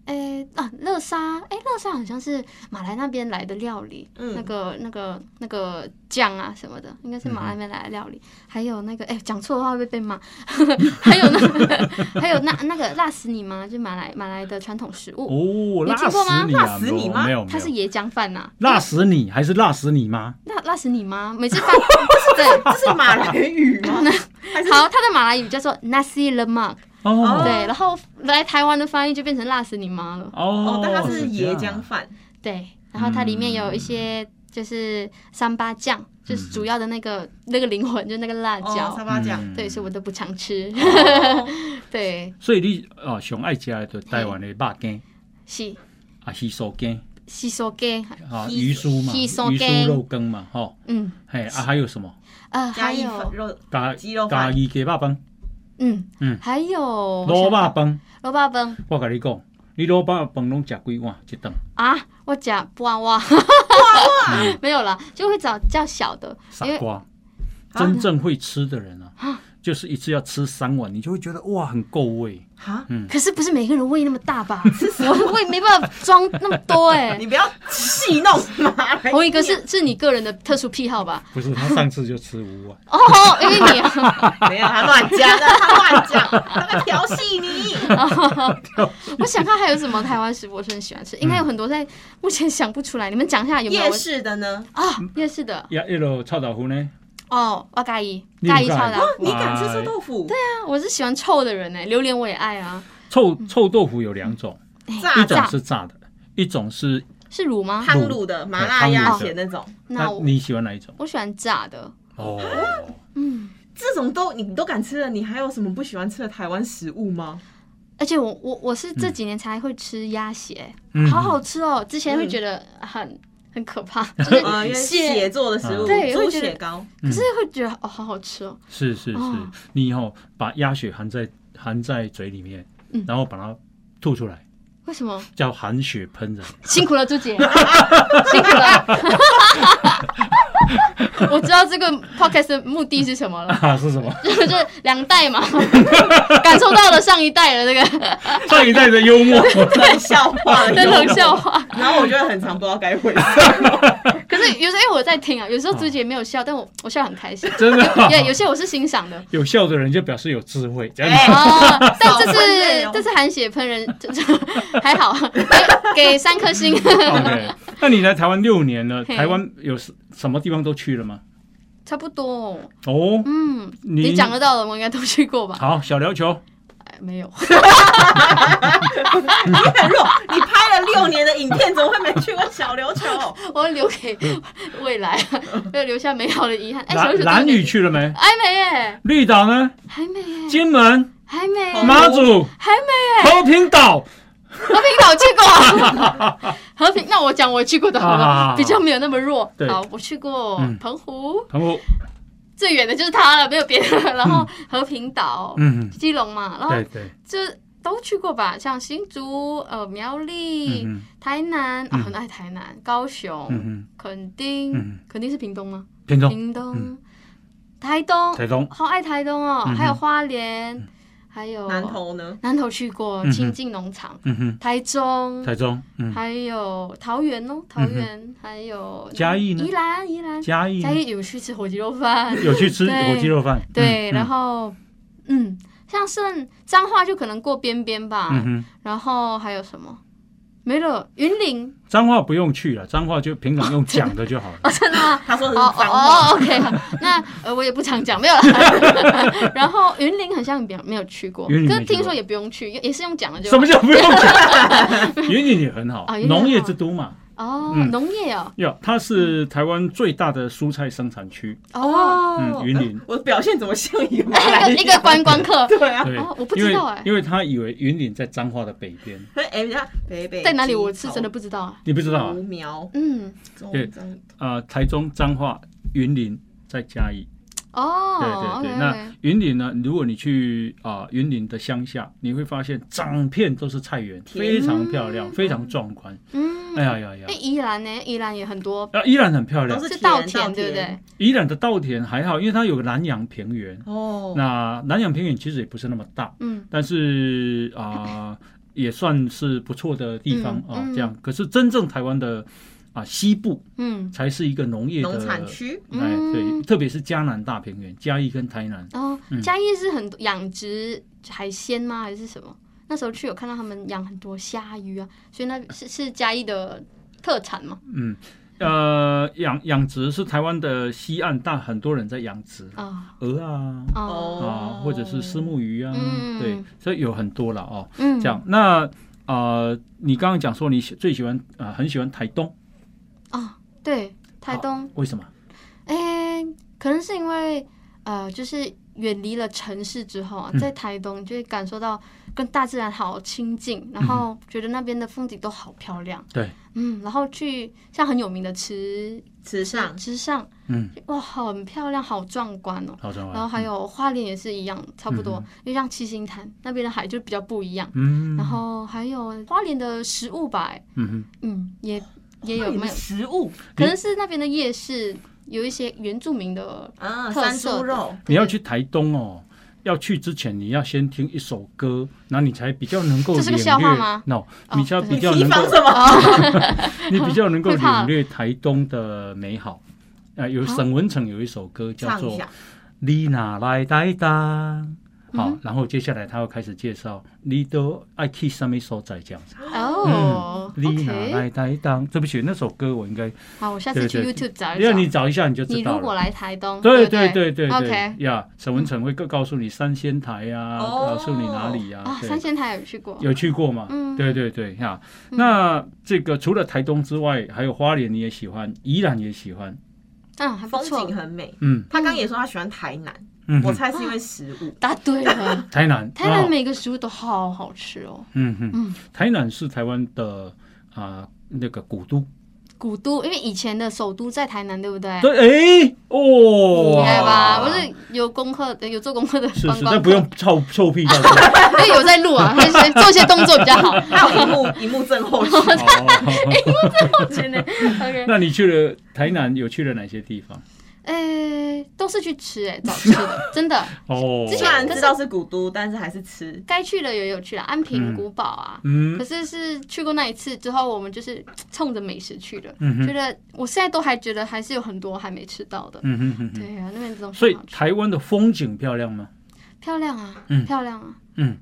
S2: 哎啊，乐沙，哎，乐沙好像是马来那边来的料理，
S3: 嗯
S2: 那个那个那个酱啊什么的，应该是马来那边来的料理。还有那个，哎，讲错的话会被骂。 还有那个还有那那个辣死你吗？就马来马来的传统食物，
S1: 哦，
S2: 你
S1: 辣
S2: 听过吗
S1: 死你啊！
S3: 辣死你吗
S1: 没有，没
S2: 它
S1: 有
S2: 是椰浆饭啊呐。
S1: 辣死你还是辣死你妈？
S2: 辣辣死你吗？每 次饭对。
S3: 这是马来语 吗？还是
S2: 好，它的马来语叫做 nasi lemak，
S1: 哦，
S2: 对，然后来台湾的翻译就变成辣死你妈了。
S1: 哦
S3: 哦，但它是椰
S1: 这样
S3: 浆
S1: 啊
S3: 饭，
S2: 对，然后它里面有一
S1: 嗯
S2: 些就是三八酱，就是主要的那个那个灵魂，就是那个辣椒。
S3: 哦，沙巴酱。
S1: 嗯
S2: 对，所以我都不常吃。
S3: 哦
S2: 对，
S1: 所以你啊，上爱食的就台湾的肉羹
S2: 是
S1: 啊，稀疏羹
S2: 吸收给，
S1: 啊，
S3: 稀
S1: 鱼酥嘛，
S2: 稀疏羹
S1: 鱼酥肉羹嘛，吼，
S2: 嗯
S1: 嘿啊，还有什么？
S2: 呃，
S3: 加
S2: 还
S3: 一
S2: 有
S3: 粉肉
S1: 咖
S3: 鸡肉
S1: 咖
S3: 饭
S1: 喱鸡肉饭、
S2: 嗯
S1: 嗯
S2: 还有
S1: 萝卜饭，
S2: 萝卜饭
S1: 我跟你讲，你萝卜饭拢食几碗一顿？
S2: 啊，我讲娃娃， 没有啦，就会找较小的，因
S1: 嗯傻
S2: 为
S1: 瓜，真正会吃的人啊，就是一次要吃三碗，你就会觉得哇，很够味。
S3: 哈，
S2: 可是不是每个人胃那么大 吧？我胃没办法装那么多哎
S3: 你。不要戏弄马来。
S2: 同一个是是你个人的特殊癖好吧？
S1: 不是，他上次就吃五碗。
S2: 哦，因为你啊
S3: 没有，他乱加的，他乱讲，他在调戏你。
S2: 我想看还有什么台湾食物我是很喜欢吃，应该有很多，但目前想不出来。你们讲一 下有没有
S3: 夜市的呢？
S2: 啊？夜市的
S1: 呀，一路臭豆腐呢？
S2: 哦，哇咖喱
S1: 你
S2: 咖喱
S1: 有
S2: 超
S1: 咖喱
S2: 大，
S3: 你敢吃臭豆腐？对
S2: 我是喜欢臭的人哎，榴莲我也爱啊。
S1: 臭臭豆腐有两种，
S2: 哎
S3: 炸
S1: 一
S3: 的
S1: 种是炸的，一种是
S2: 是卤吗？
S3: 汤啊卤的、麻辣鸭血那种，
S1: 那
S2: 那我
S1: 你喜欢哪一种？
S2: 我喜欢炸的，
S1: 哦，
S2: 嗯，
S3: 这种都你都敢吃了，你还有什么不喜欢吃的台湾食物吗？
S2: 而且我我我是这几年才会吃鸭血，
S1: 嗯
S2: 好好吃哦。之前会觉得很很可怕，就是
S3: 啊，因为血做的食物，
S2: 对
S3: 猪
S2: 会觉得
S3: 血糕，
S2: 可是
S1: 嗯
S2: 会觉得哦，好好吃哦。
S1: 是是是
S2: 哦，
S1: 你以后把鸭血含在含在嘴里面
S2: 嗯，
S1: 然后把它吐出来，
S2: 为什么？
S1: 叫含血喷人。
S2: 辛苦了，朱姐， 辛苦了。 我知道这个 podcast 的目的是什么了，
S1: 啊，是什么？
S2: 就是两代嘛， 感受到了上一代的那 个
S1: 上一代的幽 默，
S3: 冷笑话，
S2: 那种 笑。话。
S3: 然后我觉得很长，不知道该回 什么。
S2: 可是有时候因为我在听啊，有时候朱姐没有笑，但我我笑得很开心。
S1: 真的啊、
S2: 对，有些我是欣赏 的。
S1: 有笑的人就表示有智慧，这样子
S3: 哎
S2: 哦，但这
S3: 少分类
S2: 次
S3: 哦
S2: 这次含血喷人， 这这还好，给给三颗星。
S1: OK，那你来台湾六年了，
S2: 嘿
S1: 台湾有什什么地方都去了吗？
S2: 差不多哦，
S1: 哦，
S2: 嗯，
S1: 你
S2: 你讲得到的我应该都去过吧？
S1: 好，小琉球，
S2: 哎没有，
S3: 你很弱，你拍了六年的影片，怎么会没去过小琉球？
S2: 我要留给未来，要留下美好的遗憾。哎，小
S1: 嗯蓝
S2: 丑
S1: 蓝屿，去了没？
S2: 还没耶，
S1: 绿岛呢？
S2: 还没耶，
S1: 金门、
S2: 还没耶，
S3: 好
S1: 马祖、
S2: 还没耶，
S1: 和平岛，
S2: 和平岛去过。 和平，那我讲我去过的好
S1: 好好
S2: 了，
S1: 好
S2: 比较没有那么弱
S1: 啊对。
S2: 好，我去过
S1: 嗯
S2: 澎湖，
S1: 澎湖，
S2: 最远的就是它了，没有别的了。然后和平岛，
S1: 嗯，
S2: 基隆嘛，然后
S1: 对对，
S2: 就都去过吧，像新竹、呃苗栗、
S1: 嗯
S2: 台南，啊、
S1: 嗯
S2: 很爱台南，高雄、
S1: 嗯嗯，
S2: 垦丁，
S1: 嗯
S2: 垦丁是屏东吗？
S1: 屏东、
S2: 屏东、
S1: 嗯
S2: 台东，
S1: 台东，
S2: 好爱台东哦，
S1: 嗯哼嗯
S2: 还有花莲，还有
S3: 南，投呢？
S2: 南投去过
S1: 嗯哼
S2: 清境农场，
S1: 嗯哼，
S2: 台中。
S1: 台中，嗯，
S2: 还有桃园哦，桃园、还有
S1: 嘉义呢
S2: 宜兰，宜兰，
S1: 嘉义呢
S2: 嘉义有去吃火鸡肉饭，
S1: 有去吃
S2: 对
S1: 火鸡肉饭，
S2: 对，
S1: 嗯
S2: 然，后嗯，像剩彰化就可能过边边吧，
S1: 嗯嗯
S2: 然后还有什么？没了，云林
S1: 哼，脏话不用去了，脏话就平常用讲的就好了，
S3: 他说的
S2: 哦
S3: 是
S2: 哦
S3: 脏话。
S2: 哦，OK，好， 那呃我也不常讲，没有 了。然后云林很像没有没有去过，
S1: 云林没
S2: 可
S1: 去
S2: 是
S1: 过
S2: 听说也不用去，也也是用讲的就
S1: 什么叫不用讲？ 云林也很好
S2: 啊，云林很好
S1: 农业之都嘛，
S2: 哦
S1: 嗯，
S2: 农业哦，
S1: 哟，它是台湾最大的蔬菜生产区，
S2: 哦，
S1: 嗯，云林。
S3: 我表现怎么像一个马来
S2: 一个一个观光 客
S3: 对啊，
S1: 对
S2: 哦我不，知
S1: 因为
S2: 道哎
S1: 因为他以为云林在彰化的北边，
S3: 所以哎，人家北北
S2: 在哪里我是真的不知道啊，
S1: 你不知道啊
S3: 无？苗
S2: 嗯，
S3: 中
S1: 对
S3: 中
S1: 呃，台中、彰化、云林在嘉义，对
S2: 哦
S1: 对对。
S2: ，OK
S1: 那
S2: OK，
S1: 云林呢？如果你去啊云林的乡下，你会发现整片都是菜园，
S3: 田
S1: 非常漂亮，非常壮观。
S2: 嗯，
S1: 哎呀呀呀
S2: 哎，！宜兰呢，宜兰也很多
S1: 啊，依然很漂亮
S3: 都。是
S2: 是
S3: 田
S2: 稻
S3: 稻
S2: 田，对不对
S3: 田？
S1: 宜兰的稻田还好，因为它有个南洋平原。
S3: 哦，
S1: 那南洋平原其实也不是那么大，
S2: 嗯，
S1: 但是啊、也算是不错的地方
S2: 嗯
S1: 啊、
S2: 嗯
S1: 这样，可是真正台湾的啊、西部
S2: 嗯，
S1: 才是一个农业的
S3: 农产。区
S1: 哎，对，
S2: 嗯
S1: 特别是嘉南大平原、嘉义跟台南，
S2: 哦
S1: 嗯，
S2: 嘉义是很多养殖海鲜吗？还是什么？那时候去有看到他们养很多虾鱼啊，所以那是是嘉义的特产嘛？
S1: 嗯，呃，养养殖是台湾的西岸，但很多人在养殖
S2: 啊
S1: 鹅啊
S2: 哦，
S1: 啊，或者是虱目鱼啊，
S2: 嗯
S1: 对，所以有很多了哦。
S2: 嗯，
S1: 这样，那呃，你刚刚讲说你喜最喜欢啊、呃很喜欢台东，
S2: 哦，对，台东
S1: 啊，为什么？
S2: 哎、可能是因为呃，就是远离了城市之后啊，
S1: 嗯
S2: 在台东你就会感受到跟大自然好亲近，然
S1: 嗯
S2: 后觉得那边的风景都好漂亮，
S1: 对，
S2: 嗯，然后去像很有名的池
S3: 池上
S2: 池上，
S1: 嗯，
S2: 哇，很漂亮，好壮观哦。
S1: 好中啊，
S2: 然后还有花莲也是一样，差不多，因为像七星潭那边的海就比较不一样。
S1: 嗯，
S2: 然后还有花莲的食物吧，哎
S1: 嗯哼。
S2: 嗯，也也有
S3: 你
S2: 没
S3: 们
S2: 有？
S3: 食物
S2: 可能是那边的夜市有一些原住民的，
S3: 啊，
S2: 特
S3: 山
S2: 色
S3: 猪肉
S1: 你要去台东哦，要去之前你要先听一首歌，然后你才比较能够
S2: 这是个笑
S1: 领
S2: 话
S1: 略
S2: 吗。哦
S1: no，你才比
S2: 对
S3: 你
S1: 较
S3: 提
S1: 能
S3: 防
S1: 够
S3: 什么？
S1: 你比较能够
S2: 会怕
S1: 领略台东的美好。啊，有
S2: 好
S1: 沈文成有一首歌叫
S3: 唱一
S1: 做
S3: 下
S1: 《你哪来台东》，
S2: 嗯
S1: 好
S2: 哼，
S1: 然后接下来他会开始介绍你都爱去什么所在这样子。
S2: 哦
S1: 你哪
S2: ，OK，
S1: 来台东？对不起，那首歌我应该，
S2: 好，我下次去
S1: 对对
S2: YouTube 找一
S1: 因为你
S2: 找。
S1: 找一下你就
S2: 你
S1: 知道
S2: 如果
S1: 了。
S2: 来台东，
S1: 对
S2: 不对
S1: 对对对
S2: OK，
S1: 呀，沈文成会告告诉你三仙台呀，
S3: 哦
S1: 告诉你哪里呀
S2: 啊，，
S1: 对
S2: 三仙台有去过，
S1: 有去过嘛？
S2: 嗯
S1: 对对对，哈、
S2: 嗯
S1: 那这个除了台东之外，还有花莲你也喜欢，宜兰也喜欢，
S2: 嗯，还不
S3: 风
S2: 错
S3: 景，很美。
S1: 嗯
S3: 他刚刚也说他喜欢台南，
S1: 嗯
S3: 我
S1: 哼，。
S3: 猜是因为食物。
S2: 答对了
S1: 台南，
S2: 台南
S1: 哦
S2: 每个食物都好好吃哦，
S1: 嗯哼，
S2: 嗯，
S1: 台南是台湾的啊、那个古都。
S2: 古都，因为以前的首都在台南，对不对？
S1: 对，哎，哦，
S2: 厉害吧？
S1: 哇
S2: 我是有功课的，有做功课的
S1: 是
S2: 观
S1: 是，
S2: 光
S1: 那不用臭臭屁到这 里。
S2: 客，因为有在录 啊，还是做一些动作比较好。
S3: 还有一幕一幕症候群，
S1: 哦
S2: 我觉得 OK，
S1: 那你去了台南，有去了哪些地方？
S2: 呃，都是去吃哎，早吃的，真的
S1: 哦，
S2: 之
S3: 虽然知道是古都，但是还是吃。
S2: 该去的也有去了，安平
S1: 嗯
S2: 古堡啊。
S1: 嗯
S2: 可是是去过那一次之后，我们就是冲着美食去的，
S1: 嗯
S2: 觉
S1: 哼
S2: 得我现在都还觉得还是有很多还没吃到的。
S1: 嗯哼嗯哼，
S2: 对啊，那边的东西
S1: 所以
S2: 很好吃
S1: 台湾的风景漂亮吗？
S2: 漂亮啊
S1: 嗯，
S2: 漂亮啊！
S1: 嗯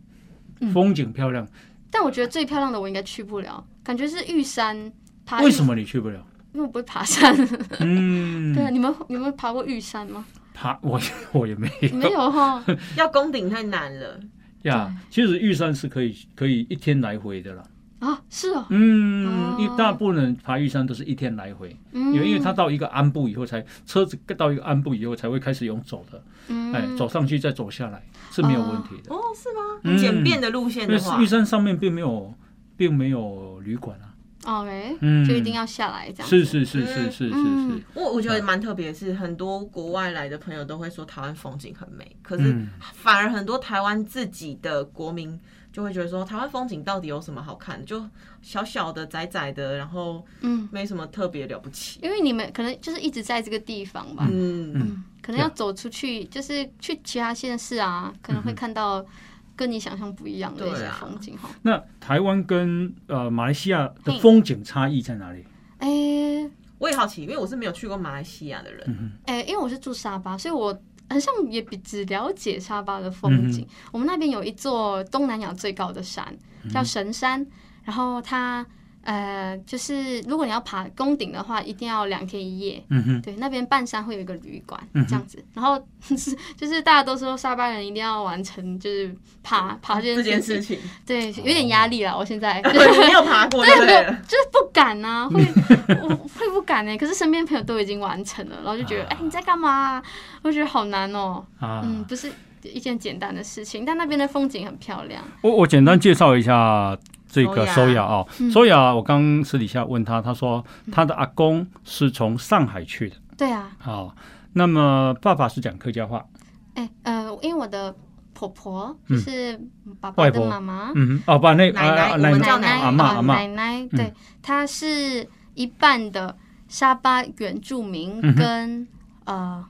S2: 嗯，
S1: 风景漂亮，
S2: 但我觉得最漂亮的我应该去不了，感觉是玉山爬。
S1: 为什？么你去不 了？
S2: 因为我不会爬山。对啊，
S1: 嗯，
S2: 你们你们爬过玉山 吗？
S1: 爬我我也没
S2: 没有啊 哈。
S3: 要攻顶太难了，
S1: 呀。其实玉山是可以可以一天来回的了。
S2: 啊，是哦。
S1: 嗯，
S2: 哦
S1: 一大部分人爬玉山都是一天来回，
S2: 嗯
S1: 因为因为它到一个安部以后才车子到一个安部以后才会开始用走的，哎，
S2: 嗯
S1: 走上去再走下来是没有问题的。
S3: 哦，是吗？
S1: 嗯
S3: 简便的路线
S1: 因
S3: 的
S1: 为
S3: 话
S1: 玉，山上面并没有并没有旅馆啊，
S2: 哦哎，
S1: 嗯，
S2: 就一定要下来这样。
S1: 是是是是是是
S2: 嗯
S1: 是，
S3: 我我觉得蛮特别的是，很多国外来的朋友都会说台湾风景很美，可是
S1: 嗯
S3: 反而很多台湾自己的国民就会觉得说，台湾风景到底有什么好看的？就小小的、窄窄的，然后
S2: 嗯，
S3: 没什么特别了不起。
S2: 因为你们可能就是一直在这个地方吧。
S3: 嗯，
S1: 嗯
S2: 嗯，可能要走出去，就是去其他县市啊，可能会看到跟你想象不一样的一
S3: 嗯对
S2: 些
S3: 啊
S2: 风景哈。
S1: 那台湾跟呃马来西亚的风景差异在哪里？
S2: 哎、
S3: 我也好奇，因为我是没有去过马来西亚的人，
S1: 嗯
S2: 哎、因为我是住沙巴，所以我好像也比只了解沙巴的
S3: 嗯
S2: 风景。我们那边有一座东南亚最高的山，
S3: 嗯
S2: 叫神山，然后它呃，就是如果你要爬宫顶的话，一定要两天一夜。
S1: 嗯哼，
S2: 对，那边半山会有一个旅馆
S1: 嗯哼
S2: 这样子，然后 是就是大家都说沙巴人一定要完成就是爬爬这
S3: 哦这件
S2: 件事
S3: 事
S2: 情，
S3: 情，
S2: 对，有点压力
S1: 哦
S2: 啦。我 现在
S3: 对，没有爬过就
S2: 对，没
S3: 对
S2: 有，
S3: 了。
S2: 就是不敢呐、会我会不敢呢、欸可是身边朋友都已经完成了，然后就觉得，
S1: 啊
S2: 哎、你在干嘛啊、我觉得好难哦、
S1: 啊，
S2: 嗯，不是一件简单的事情，但那边的风景很漂亮。
S1: 我我简单介绍一下这个
S3: 首
S1: 收
S3: 雅
S1: 雅啊
S2: 嗯，
S1: 收雅，我刚私底下问他，他说他的阿公是从上海去的
S2: 对啊，
S1: 啊，那么爸爸是讲客家话，
S2: 哎、呃，因为我的婆婆
S1: 嗯
S2: 就是爸爸
S1: 外
S2: 的
S1: 婆
S2: 妈妈，
S1: 嗯，哦，把那
S3: 奶奶
S1: 啊啊啊
S3: 我们
S1: 奶
S3: 叫
S2: 奶
S1: 阿嬷
S2: 哦
S1: 阿嬷嗯
S2: 奶奶，对，她是一半的沙巴原住民
S1: 嗯哼
S2: 跟、呃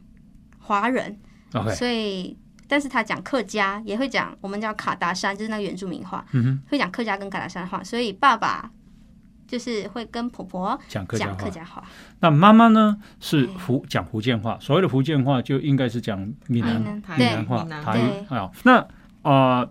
S2: 华人，
S1: ，OK，
S2: 所以，但是他讲客家，也会讲我们叫卡达山，就是那个原住民话，
S1: 嗯哼，
S2: 会讲客家跟卡达山话，所以爸爸就是会跟婆婆
S1: 讲客家
S2: 讲
S1: 话
S2: 客。家话，
S1: 那妈妈呢是福讲福建话，所谓的福建话就应该是讲闽南
S2: 闽南
S1: 闽南话
S3: 对闽南
S1: 台
S2: 对
S1: 啊。那啊、呃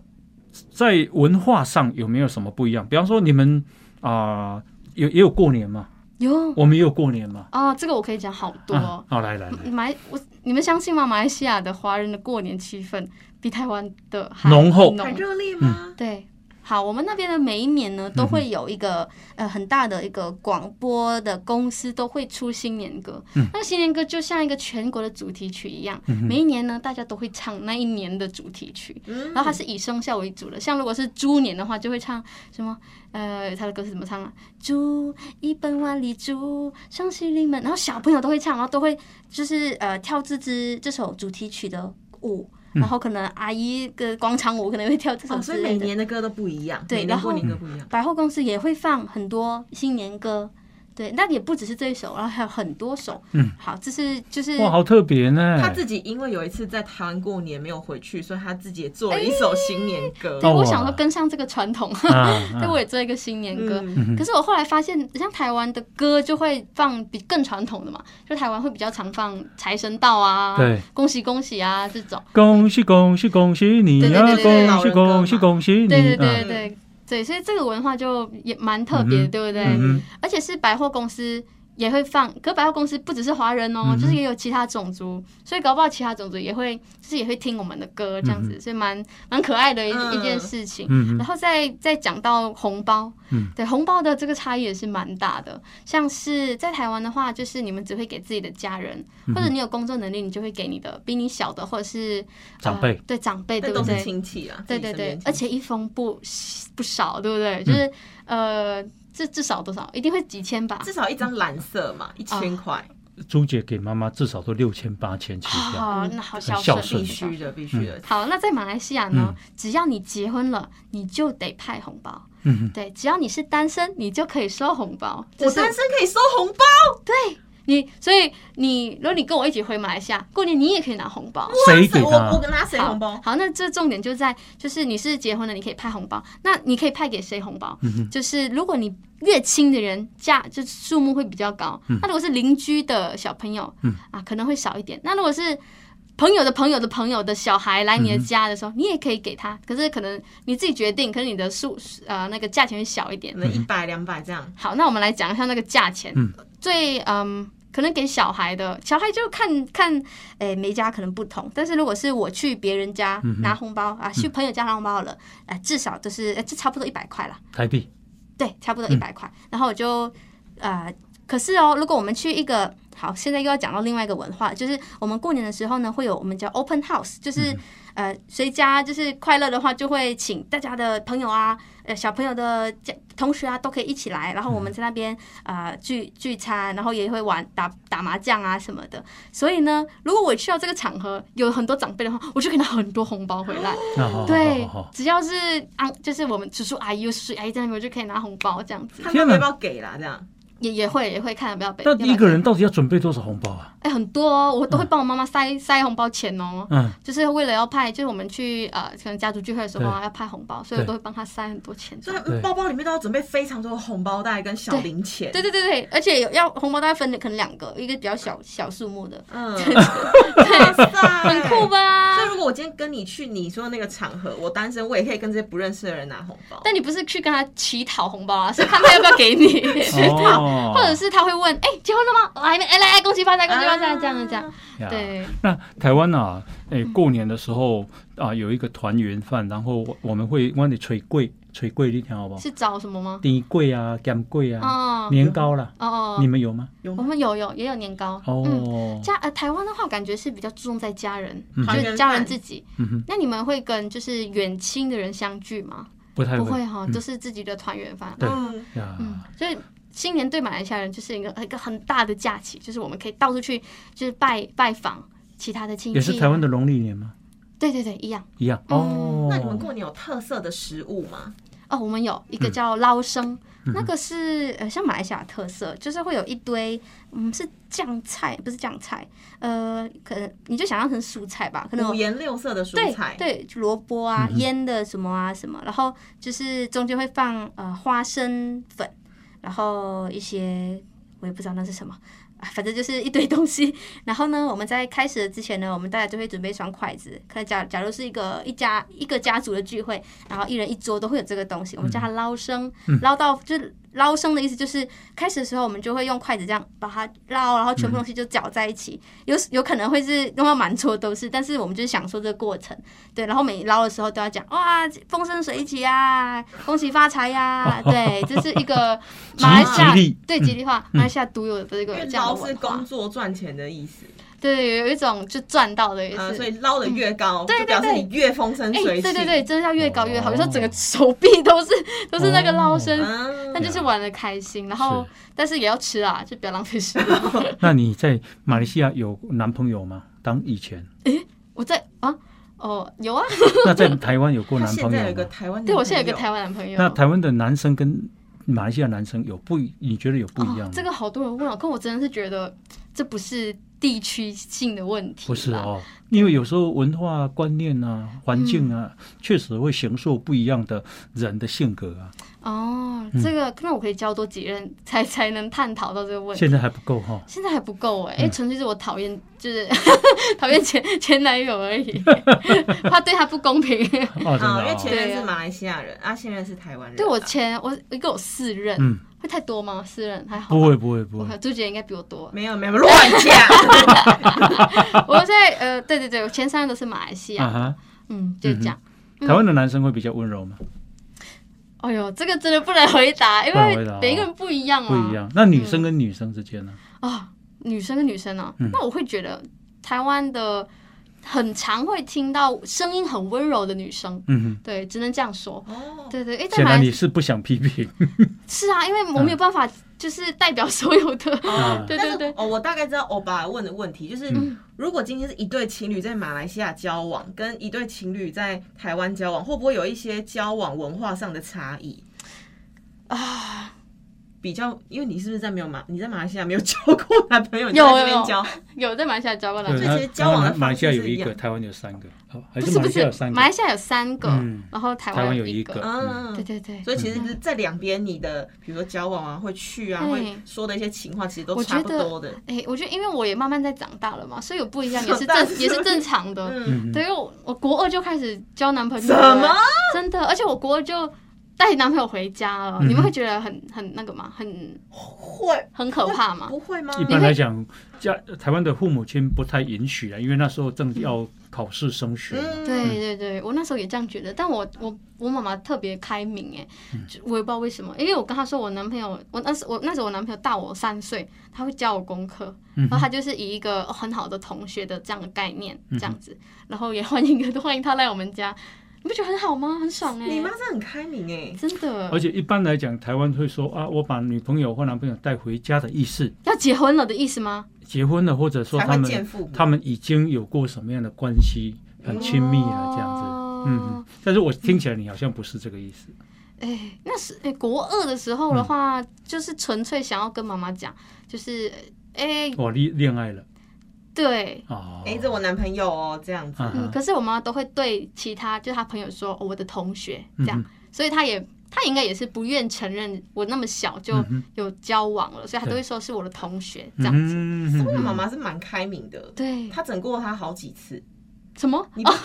S1: 在文化上有没有什么不一样？比方说你们啊、有也有过年嘛，
S2: 哟
S1: 我们也有过年嘛。
S2: 哦，这个我可以讲好多、
S1: 啊
S2: 哦。
S1: 好、来来来，
S2: 马来我你们相信吗？马来西亚的华人的过年气氛比台湾的还
S1: 浓厚
S2: 浓
S3: 很热烈
S1: 嗯
S3: 吗？
S2: 对，好，我们那边的每一年呢，都会有一个、呃很大的一个广播的公司都会出新年歌。
S1: 嗯
S2: 那新年歌就像一个全国的主题曲一样，
S1: 嗯哼
S2: 每一年呢，大家都会唱那一年的主题曲。
S3: 嗯
S2: 然后它是以生肖为主的，像如果是猪年的话，就会唱什么？呃，它的歌是怎么唱啊？猪一本万里猪，双喜临门。然后小朋友都会唱，然后都会就是呃跳这支这首主题曲的舞，
S1: 嗯
S2: 然后可能阿姨跟广场舞可能会跳这首
S3: 哦，所
S2: 之
S3: 以
S2: 类
S3: 每
S2: 的。
S3: 年的歌都不一样，
S2: 对
S3: 每
S2: 然
S3: 年
S2: 后
S3: 过年歌不一样。
S2: 百货公司也会放很多新年歌，对，那也不只是这一首，然后还有很多首。
S1: 嗯，
S2: 好，这是就是
S1: 哇，好特别呢。
S3: 他自己因为有一次在台湾过年没有回去，所以他自己也做了一首新年歌。
S2: 对，
S1: 哦
S2: 我想说跟上这个 传统，嗯
S1: 啊
S2: 对，
S1: 啊
S2: 我也做一个新年歌。
S3: 嗯
S1: 嗯哼
S2: 可是我后来发现，像台湾的歌就会放比更传统的嘛，就台湾会比较常放财神到啊，
S1: 对，
S2: 恭喜恭喜啊这种，
S1: 恭喜恭喜恭喜你
S2: 对对
S1: 呀、
S2: 对对
S1: 恭喜恭喜恭喜你！
S2: 对对
S1: 啊
S2: 对对对，所以这个文化就也蛮特别的，
S1: 嗯哼
S2: 对不对？
S1: 嗯哼
S2: 而且是百货公司也会放，可百货公司不只是华人哦，
S1: 嗯哼
S2: 就是也有其他种族，所以搞不好其他种族也会就是也会听我们的歌这样子，所以蛮蛮可爱的一、
S3: 嗯
S2: 一件事情。
S1: 嗯
S2: 然
S1: 哼
S2: 后再再讲到红包，
S1: 嗯
S2: 对红包的这个差异也是蛮大的。像是在台湾的话，就是你们只会给自己的家人，
S1: 嗯
S2: 或者你有工作能力，你就会给你的比你小的或者是
S1: 长辈
S2: 呃对长辈，对
S3: 但
S2: 不
S3: 都是
S2: 对？
S3: 亲戚啦，
S2: 对
S3: 自
S2: 对
S3: 己身边
S2: 对
S3: 亲，戚
S2: 而且一封不不少，对不对？就是、呃，至至少多少，一定会几千吧。
S3: 至少一张蓝色嘛，一千块，
S1: 朱姐给妈妈至少都六千八千起 跳，
S2: 哦，那好
S1: 很
S2: 孝
S1: 孝
S2: 顺
S1: 顺
S3: 必须的，必须的。
S1: 嗯
S2: 好，那在马来西亚呢，只要你结婚了，你就得派红包。
S1: 嗯哼，
S2: 对，只要你是单身，你就可以收红包。
S3: 我
S2: 只是
S3: 单身可以收红包，
S2: 你，所以你，如果你跟我一起回马来西亚过年，你也可以拿红包。
S1: 谁给
S3: 我我
S1: 他？
S3: 跟他谁
S2: 好
S3: 红包？
S2: 好，那这重点就在，就是你是结婚了，你可以派红包。那你可以派给谁红包？
S1: 嗯哼
S2: 就是如果你越亲的人价，就是数目会比较高。那如果是邻居的小朋友，
S1: 嗯
S2: 啊，可能会少一点。那如果是朋友的朋友的朋友的小孩来你
S1: 嗯
S2: 的家的时候，你也可以给他，可是可能你自己决定，可是你的数呃那个价钱会小一点
S3: 可。能一百两百这样，
S2: 好，那我们来讲一下那个价钱，
S1: 嗯
S2: 最嗯。可能给小孩的，小孩就看看，诶、每家可能不同。但是如果是我去别人家
S1: 嗯哼
S2: 拿红包、啊，去朋友家拿红包好了，啊，至少就是、呃这差不多一百块啦。
S1: 台币，
S2: 对，差不多一
S1: 嗯
S2: 百块。然后我就呃，可是哦，如果我们去一个好，现在又要讲到另外一个文化，就是我们过年的时候呢，会有我们叫 open house，就是、呃，谁家就是快乐的话，就会请大家的朋友啊，呃，小朋友的家同学啊，都可以一起来，然后我们在那边呃聚聚餐，然后也会玩打打麻将啊什么的。所以呢，如果我去到这个场合，有很多长辈的话，我就给他很多红包回来。
S1: 那啊好好
S2: 对
S1: 好好，好，
S2: 只要是啊，就是我们叔叔阿姨、叔叔阿姨在那边，我就可以拿红包这样子，
S3: 看
S1: 天哪
S3: 他要不要给啦，这样。
S2: 也也会也会看要不要被。
S1: 那
S2: 要不要
S1: 一个嗯人
S2: 被
S1: 到底要准备多少红包啊？
S2: 哎、很多、哦，我都会帮我妈妈塞、塞红包钱哦，
S1: 嗯，
S2: 就是为了要派，就是我们去呃可能家族聚会的时候啊要派红包，所以我
S1: 对
S2: 都会帮她塞很多钱这
S3: 所
S2: 样。
S3: 以
S1: 对
S3: 包包里面都要准备非常多的红包袋跟小零钱。
S2: 对对对对，而且有要红包大概分可能两个，一个比较小小数目的，
S3: 嗯，
S2: 对，
S3: 很
S2: 很酷。吧
S3: 所以？如果我今天跟你去你说的那个场合，我单身，我也可以跟这些不认识的人拿红包。
S2: 但你不是去跟他乞讨 红包啊，是看他要不要给你，
S1: 哦
S2: 或者是他会问，哎、结婚了吗？我还没，哎来来，恭喜发财，恭喜发财，
S3: 啊
S2: 这样这样，
S1: 呀
S2: 对。嗯
S1: 那台湾啊，诶、过年的时候啊，有一个团圆饭，然后我我们会往里捶柜，捶柜你听好不好？
S2: 是找什么吗？
S1: 第一柜啊，干柜啊，
S2: 哦
S1: 年糕啦，
S2: 哦哦，
S1: 你们有吗？
S3: 有
S2: 我
S3: 吗？
S2: 们有有也有年糕嗯，
S1: 哦，
S2: 家呃台湾的话，感觉是比较注重在家人，
S1: 嗯
S2: 就
S3: 团
S2: 是
S3: 圆
S2: 家人
S3: 饭
S2: 自己。
S1: 嗯哼，
S2: 那你们会跟就是远亲的人相聚吗？
S1: 不太
S2: 不会哈，
S1: 嗯
S2: 都是自己的团圆饭。
S1: 对
S3: 嗯，
S1: 呀，
S2: 嗯，所以新年对马来西亚人就是一个一个很大的假期，就是我们可以到处去就是拜拜访其他的亲戚。
S1: 也是台湾的。农历年吗？
S2: 对对对，一样
S1: 一样哦。
S3: 那你们过年有特色的食物吗？
S2: 哦。我们有一个叫捞生，那个是呃像马来西亚特色，就是会有一堆嗯是酱菜，不是酱菜，呃可能你就想象成蔬菜吧，可能有
S3: 五颜六色的蔬菜，
S2: 对对，萝卜啊，
S1: 嗯哼
S2: 腌的什么啊什么，然后就是中间会放呃花生粉，然后一些我也不知道那是什么。啊反正就是一堆东西，然后呢，我们在开始之前呢，我们大家就会准备一双筷子。可能假假如是一个一家一个家族的聚会，然后一人一桌都会有这个东西，我们叫它捞生，捞到就是捞生的意思就是开始的时候我们就会用筷子这样把它捞，然后全部东西就搅在一起，有有可能会是弄到满桌都是，但是我们就是享受这个过程，对。然后每捞的时候都要讲哇，风生水起啊，恭喜发财呀、对，这是一个
S1: 吉
S2: 马来西亚
S1: 吉利
S2: 对吉利话，马来西亚独有的这个
S3: 因为
S2: 这样的
S3: 捞嗯是
S2: 文化
S3: 工，作赚钱的意思，
S2: 对，有一种就赚到的也
S3: 啊，
S2: 是。
S3: 所以捞的越高，
S2: 对
S3: 就表示
S2: 对对
S3: 你越风生
S2: 哎、
S3: 水起。
S2: 对对对，真的要越搞越好，
S1: 哦
S2: 有时候整个手臂都是都是那个捞生，
S3: 嗯，
S2: 但就是玩的开心，然后但是也要吃啊，就不要浪费食物。
S1: 那你在马来西亚有男朋友吗？当以前，
S2: 我在啊，哦，有啊，
S1: 那在台湾有过
S3: 他
S1: 男
S3: 现
S1: 朋
S3: 在有一
S1: 友
S3: 个
S1: 吗？
S3: 台湾男朋友，
S2: 对我现在嗯有个台湾男朋友。
S1: 那台湾的男生跟马来西亚男生有不一？你觉得有不一样
S2: 哦
S1: 吗？
S2: 这个好多人问哦，可我真的是觉得这不是地区性的问题，
S1: 不是。哦，因为有时候文化观念啊、环境啊，确实会形塑不一样的人的性格啊。
S2: 哦，这个那我可以教多几任才才能探讨到这个问题。
S1: 现在嗯还不够哈，
S2: 现在还不够哎、哎、纯粹是我讨厌，就是 讨厌前前男友 而已，怕对他不公平。
S1: 哦，真的
S3: 啊，因为
S1: 啊
S3: 前
S1: 哦，
S3: 任
S2: 对
S3: 是
S2: 啊
S3: 马来西亚人，啊，现任是台湾人啊。
S2: 对我前我一共有四任，
S1: 嗯，
S2: 会太多吗？四任还好吧。
S1: 不会不会不
S2: 我
S1: 会，
S2: 看朱姐应该比我多。
S3: 没有没有乱 讲，
S2: 我在呃，对对对，我前三任都是马来西亚，
S1: 啊哈，
S2: 嗯，就这样。嗯
S1: 台湾的男生会比较温柔吗？
S2: 哎呦，这个真的不能回答，因
S1: 不能回答
S2: 为
S1: 哦
S2: 每一个人不一样啊，
S1: 不一样。那女生跟女生之间呢？
S2: 啊，女生跟女生啊，
S1: 嗯
S2: 那我会觉得台湾的很常会听到声音很温柔的女生，
S1: 嗯
S2: 对，只能这样说。
S3: 哦，
S2: 对对，哎，
S1: 哼，
S2: 在
S1: 显
S2: 马
S1: 然
S2: 来
S1: 你是不想批评
S2: 是啊，因为我没有办法，就是代表所有的，
S1: 啊。
S2: 对
S3: 但
S2: 对
S3: 是
S2: 对，
S3: 哦，我大概知道欧巴问的问题，就是、
S1: 嗯
S3: 如果今天是一对情侣在马来西亚交往，跟一对情侣在台湾交往，会不会有一些交往文化上的差异
S2: 啊？
S3: 比较，因为你是不是在没有马你在马来西亚没有交过男朋友，你
S2: 有
S3: 在这
S2: 有
S3: 边
S2: 有
S3: 交，
S2: 有在马来西亚交过来
S1: 对，
S3: 这
S1: 那
S3: 些交往的
S1: 然后马来西亚
S3: 方式
S1: 有
S3: 是一
S1: 一个，
S3: 样
S1: 台湾有三个，哦还
S2: 不
S1: 是
S2: 是
S1: 马
S2: 不
S1: 来西亚
S2: 是
S1: 有三，个
S2: 马，来西亚有三个
S1: 嗯，
S2: 然后台
S1: 台
S2: 湾
S1: 湾有
S2: 一
S1: 一个
S3: 嗯，
S2: 对对对。
S3: 所以其实，在两边你的比如说交往啊，会去啊，
S2: 对
S3: 会说的一些情话，其实都
S2: 我
S3: 差
S2: 觉
S3: 不
S2: 得
S3: 多的。
S2: 哎、我觉得因为我也慢慢在长大了嘛，所以有不一样也是
S3: 长大
S2: 正也是正常的。
S3: 嗯，
S1: 嗯，
S2: 对，因为我我国二就开始交男朋友
S3: 什
S2: 了，
S3: 么？
S2: 真的，而且我国二就带男朋友回家了。
S1: 嗯哼
S2: 你们会觉得很很那个吗？很
S3: 会
S2: 很可怕吗？
S3: 不会吗？
S1: 一般来讲，家台湾的父母亲不太允许啊，因为那时候正要考试升学嘛，
S3: 嗯，
S2: 对对对，我那时候也这样觉得，但我我我妈妈特别开明哎、
S1: 嗯
S2: 就我也不知道为什么，因为我跟她说我男朋友，我那时我那时候我男朋友大我三岁，他会教我功课，
S1: 嗯
S2: 然后他就是以一个哦很好的同学的这样的概念
S1: 嗯
S2: 这样子，然后也欢迎欢迎他来我们家，你不觉得很好吗？很爽哎、
S3: 你妈是很开明哎，
S2: 真的
S1: 而且一般来讲，台湾会说啊，我把女朋友或男朋友带回家的意思，
S2: 要结婚了的意思吗？
S1: 结婚了，或者说
S3: 才
S1: 他
S3: 会见
S1: 们
S3: 父母。
S1: 他们已经有过什么样的关系，很亲密啊，这样子。
S2: 哦
S1: 嗯，但是我听起来你好像不是这个意
S3: 嗯
S1: 思。
S2: 哎、那是哎、国二的时候的话，就是纯粹想要跟妈妈讲，就是哎、
S1: 我恋哦恋爱了
S2: 对，
S1: 哦，
S3: 哎，这我男朋友哦，这样子。
S1: 啊
S2: 嗯，
S1: 哈
S2: 可是我妈都会对其他就她朋友说、哦我的同学这
S1: 嗯
S2: 样，
S1: 哼
S2: 所以她也她应该也是不愿承认我那么小就
S1: 嗯哼
S2: 有交往了，所以她都会说是我的同学这样子。
S1: 嗯哼
S3: 那妈妈是蛮开明的，
S2: 对，
S3: 她整过他好几次，
S2: 什么？
S3: 你整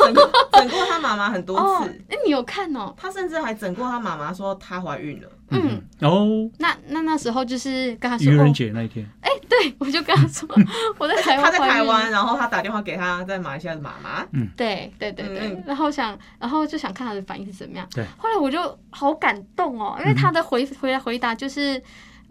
S3: 整过他妈妈很多
S2: 哦
S3: 次，，
S2: 哎、你有看哦？
S3: 她甚至还整过他妈妈说她怀孕了。
S2: 嗯，
S1: 哦，
S2: 那那那时候就是跟她
S1: 愚
S2: 说，
S1: 人
S2: 哦，
S1: 节那一天，
S2: 对，我就跟 她说哎我在台湾，
S3: 她在台湾，，然后她打电话给她在马来西亚的妈妈，
S2: 对对对对，
S3: 嗯
S2: 然后想，然后就想看他的反应是怎么样。
S1: 对，
S2: 后来我就好感动哦，因为他的回回
S3: 嗯
S2: 来回答就是，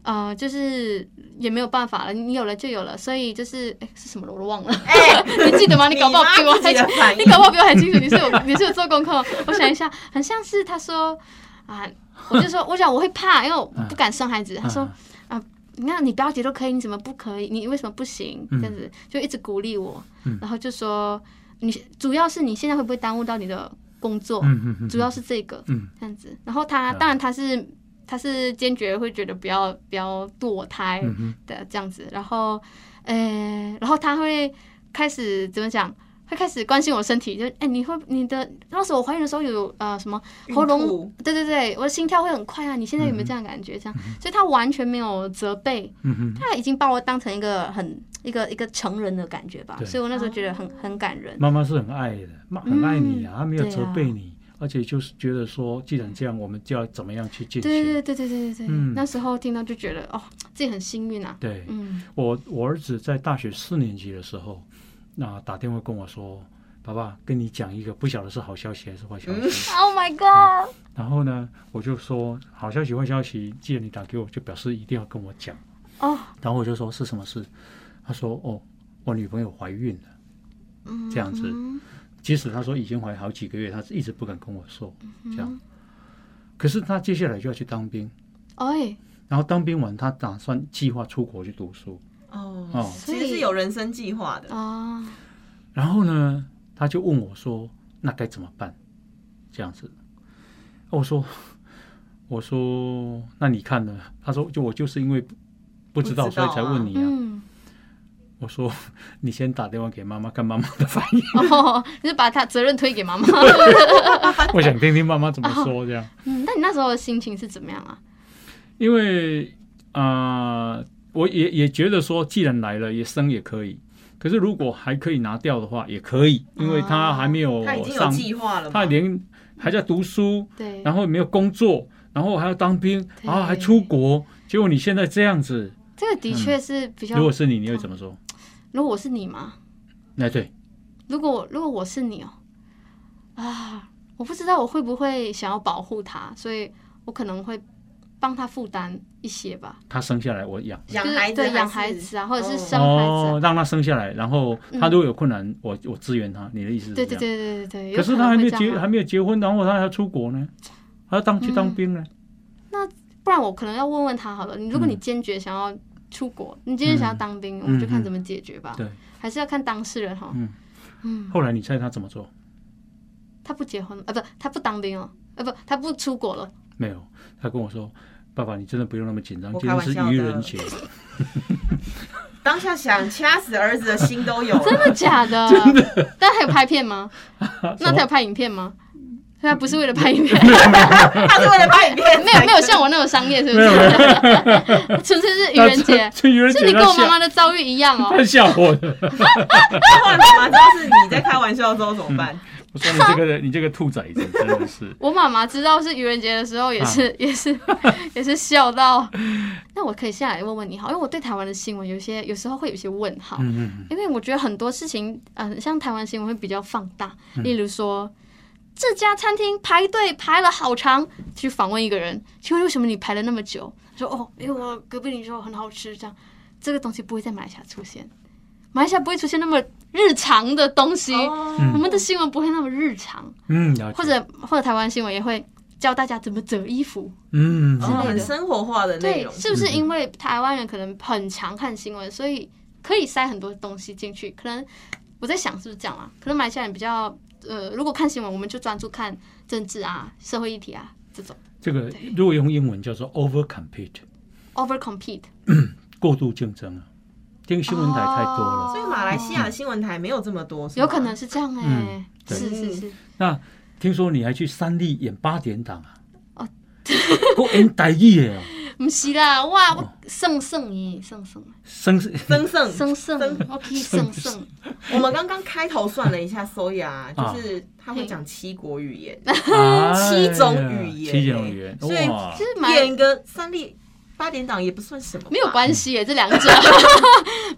S2: 呃，就是也没有办法了，你有了就有了，所以就是哎是什么了我都忘了，
S3: 哎，
S2: 你记得啊吗？你搞不好比我
S3: 妈自
S2: 还
S3: 己的反
S2: 你
S3: 应
S2: 搞不好比我还清楚，你是有你是有做功课吗？我想一下，很像是他说啊，我就说我想我会怕，因为我
S3: 嗯
S2: 不敢生孩子。他说
S1: 啊
S2: 那你表姐都可以，你怎么不可以？你为什么不行？这样子就一直鼓励我，
S1: 嗯
S2: 然后就说你主要是你现在会不会耽误到你的工作？
S1: 嗯嗯嗯，
S2: 主要是这个
S1: 嗯
S2: 这样子。然后他、
S1: 嗯
S2: 当然他是他是坚决会觉得不要不要堕胎
S1: 嗯哼
S2: 的这样子，然后呃，然后他会开始怎么讲？会开始关心我身体，就哎、你会你的那时候我怀孕的时候有呃什么喉
S3: 孕
S2: 咙
S3: 吐，
S2: 对对对，我的心跳会很快啊。你现在有没有这样的感觉？这样，所以他完全没有责备，
S1: 嗯哼，
S2: 他已经把我当成一个很一个一个成人的感觉吧。
S1: 对
S2: 所以我那时候觉得很很感人。
S1: 嗯妈妈是很爱的，妈很爱你啊，
S2: 嗯
S1: 她没有
S2: 对
S1: 责
S2: 啊
S1: 备你，而且就是觉得说，既然这样，我们就要怎么样去进
S2: 对
S1: 行？
S2: 对对对对对对，
S1: 嗯
S2: 那时候听到就觉得哦，自己很幸运啊。
S1: 对，
S2: 嗯，
S1: 我我儿子在大学四年级的时候，那打电话跟我说：“爸爸，跟你讲一个不晓得是好消息还是坏消息。
S2: Oh my god！
S1: 然后呢，我就说：“好消息，坏消息，既然你打给我，就表示一定要跟我讲。
S2: 哦，”
S1: 然后我就说：“是什么事？”他说：“哦，我女朋友怀孕了。”
S2: 嗯
S1: 这样子即使他说已经怀好几个月，他是一直不敢跟我说。这样，可是他接下来就要去当兵，
S2: 哎，
S1: 然后当兵完，他打算计划出国去读书。
S3: 哦
S1: 哦，
S3: 其实是有人生计划的。
S2: 啊，
S1: 然后呢，他就问我说：“那该怎么办？”这样子，我说：“我说，那你看呢？”他说：“就我就是因为不知道，
S3: 不知道啊
S1: 所以才问你啊。
S2: 嗯，
S1: 我说你先打电话给妈妈，看妈妈的反 应。
S2: 哦，就是把他责任推给 妈妈。
S1: 我想听听妈妈怎么说，这样。
S2: 嗯，那你那时候的心情是怎么样啊？
S1: 因为啊、呃我也也觉得说，既然来了，也生也可以。可是如果还可以拿掉的话，也可以，
S2: 哦
S1: 因为他还没有
S3: 他已经有
S1: 哦上，
S3: 计划了嘛，
S1: 他连还在读书，
S2: 对，
S1: 然后没有工作，然后还要当兵，然后还出国。结果你现在这样子，
S2: 这个的确是比较。
S1: 嗯如果是你，你会怎么说？
S2: 如果我是你嘛，
S1: 哎，对，
S2: 如果如果我是你哦，啊，我不知道我会不会想要保护他，所以我可能会帮他负担一些吧，
S1: 他生下来我养。
S3: 养
S2: 就是
S3: 孩子
S2: 对
S3: 还
S2: 养
S3: 是嗯
S2: 孩子啊，或者是生孩子啊、
S1: 哦，让他生下来，然后他如果有困难，我我支援他。你的意思是这
S2: 对
S1: 样？
S2: 对对对对对。
S1: 可是他还没
S2: 有
S1: 有
S2: 可能会这
S1: 结，
S2: 样啊
S1: 还没有结婚，然后他还要出国呢，还要当去
S2: 嗯
S1: 当兵呢。
S2: 不然我可能要问问他好了。你如果
S1: 嗯
S2: 你坚决想要出国，你坚决想要当兵，我们就看
S1: 嗯嗯
S2: 怎么解决吧。
S1: 对，
S2: 还是要看当事人哈。
S1: 嗯
S2: 嗯
S1: 后来你猜他怎么做？
S2: 他不结婚了啊，不，他不当兵了，啊不，他不出国了。
S1: 没有，他跟我说：“爸爸，你真的不用那么紧张，
S3: 我
S1: 今天
S3: 开玩
S1: 是
S3: 笑的
S1: 愚人节。
S3: 当下想掐死儿子的心都有 了，
S2: 真的假的？ 真的。但他有拍片吗？那他有拍影片吗？他不是为了拍影 片，
S3: 他是为了拍影片，
S2: 没有没有像我那种商业，是不
S1: 没有，
S2: 是？ 纯粹 是愚人节
S1: 这愚人
S2: 是
S1: 节
S2: 你跟
S1: 他
S2: 我妈
S1: 吓
S2: 妈的遭遇一样哦。
S1: 他吓我的。
S3: 后来妈妈知道是你在开玩笑的时候怎么 办？
S1: 我说你这个你这个兔崽子真的 是
S2: 我妈妈知道是愚人节的时候，也
S1: 啊
S2: 是、 也是也是笑到。那我可以下来问问你好，因为我对台湾的新闻有些有时候会有些问号，
S1: 嗯嗯嗯
S2: 因为我觉得很多事情，嗯、像台湾新闻会比较放大，例如说。这家餐厅排队排了好长，去访问一个人，请问为什么你排了那么久？他说哦，因为我隔壁邻居说很好吃，这样这个东西不会在马来西亚出现，马来西亚不会出现那么日常的东西，
S3: 哦
S2: 我们的新闻不会那么日常。
S1: 嗯，了解
S2: 或者或者台湾新闻也会教大家怎么折衣服。
S1: 嗯
S3: 哦，
S1: 嗯
S3: 很生活化的内
S2: 对，
S3: 容，
S2: 是不是因为台湾人可能很常看新闻，所以可以塞很多东西进去？可能我在想是不是这样啊？可能马来西亚人比较呃，如果看新闻，我们就专注看政治啊、社会议题啊这种
S1: 这个
S2: 对
S1: 如果用英文叫做 over compete，
S2: over compete。
S1: 过度竞争啊，听新闻台太多了。
S2: 哦
S3: 所以马来西亚的新闻台没有这么多，是吗
S2: 有可能是这样哎、
S1: 嗯对
S2: 是是是，
S1: 那听说你还去三立演八点档啊？
S2: 哦
S1: 哦，我演台语的 哦，
S2: 不嗯是啦，哇，我胜胜耶，胜胜
S1: 生是
S3: 生胜
S2: 胜胜
S3: 胜，
S2: 我批胜胜，
S3: 我们刚刚开头算了一下，Soya
S1: 啊
S3: 就是他会讲七国语言，七种语言
S1: 哎七种语言，
S3: 所以
S1: 哇
S2: 就！欸是蛮
S3: 演一个三立八点档也不算什么吧，
S2: 没有关系耶，这两 者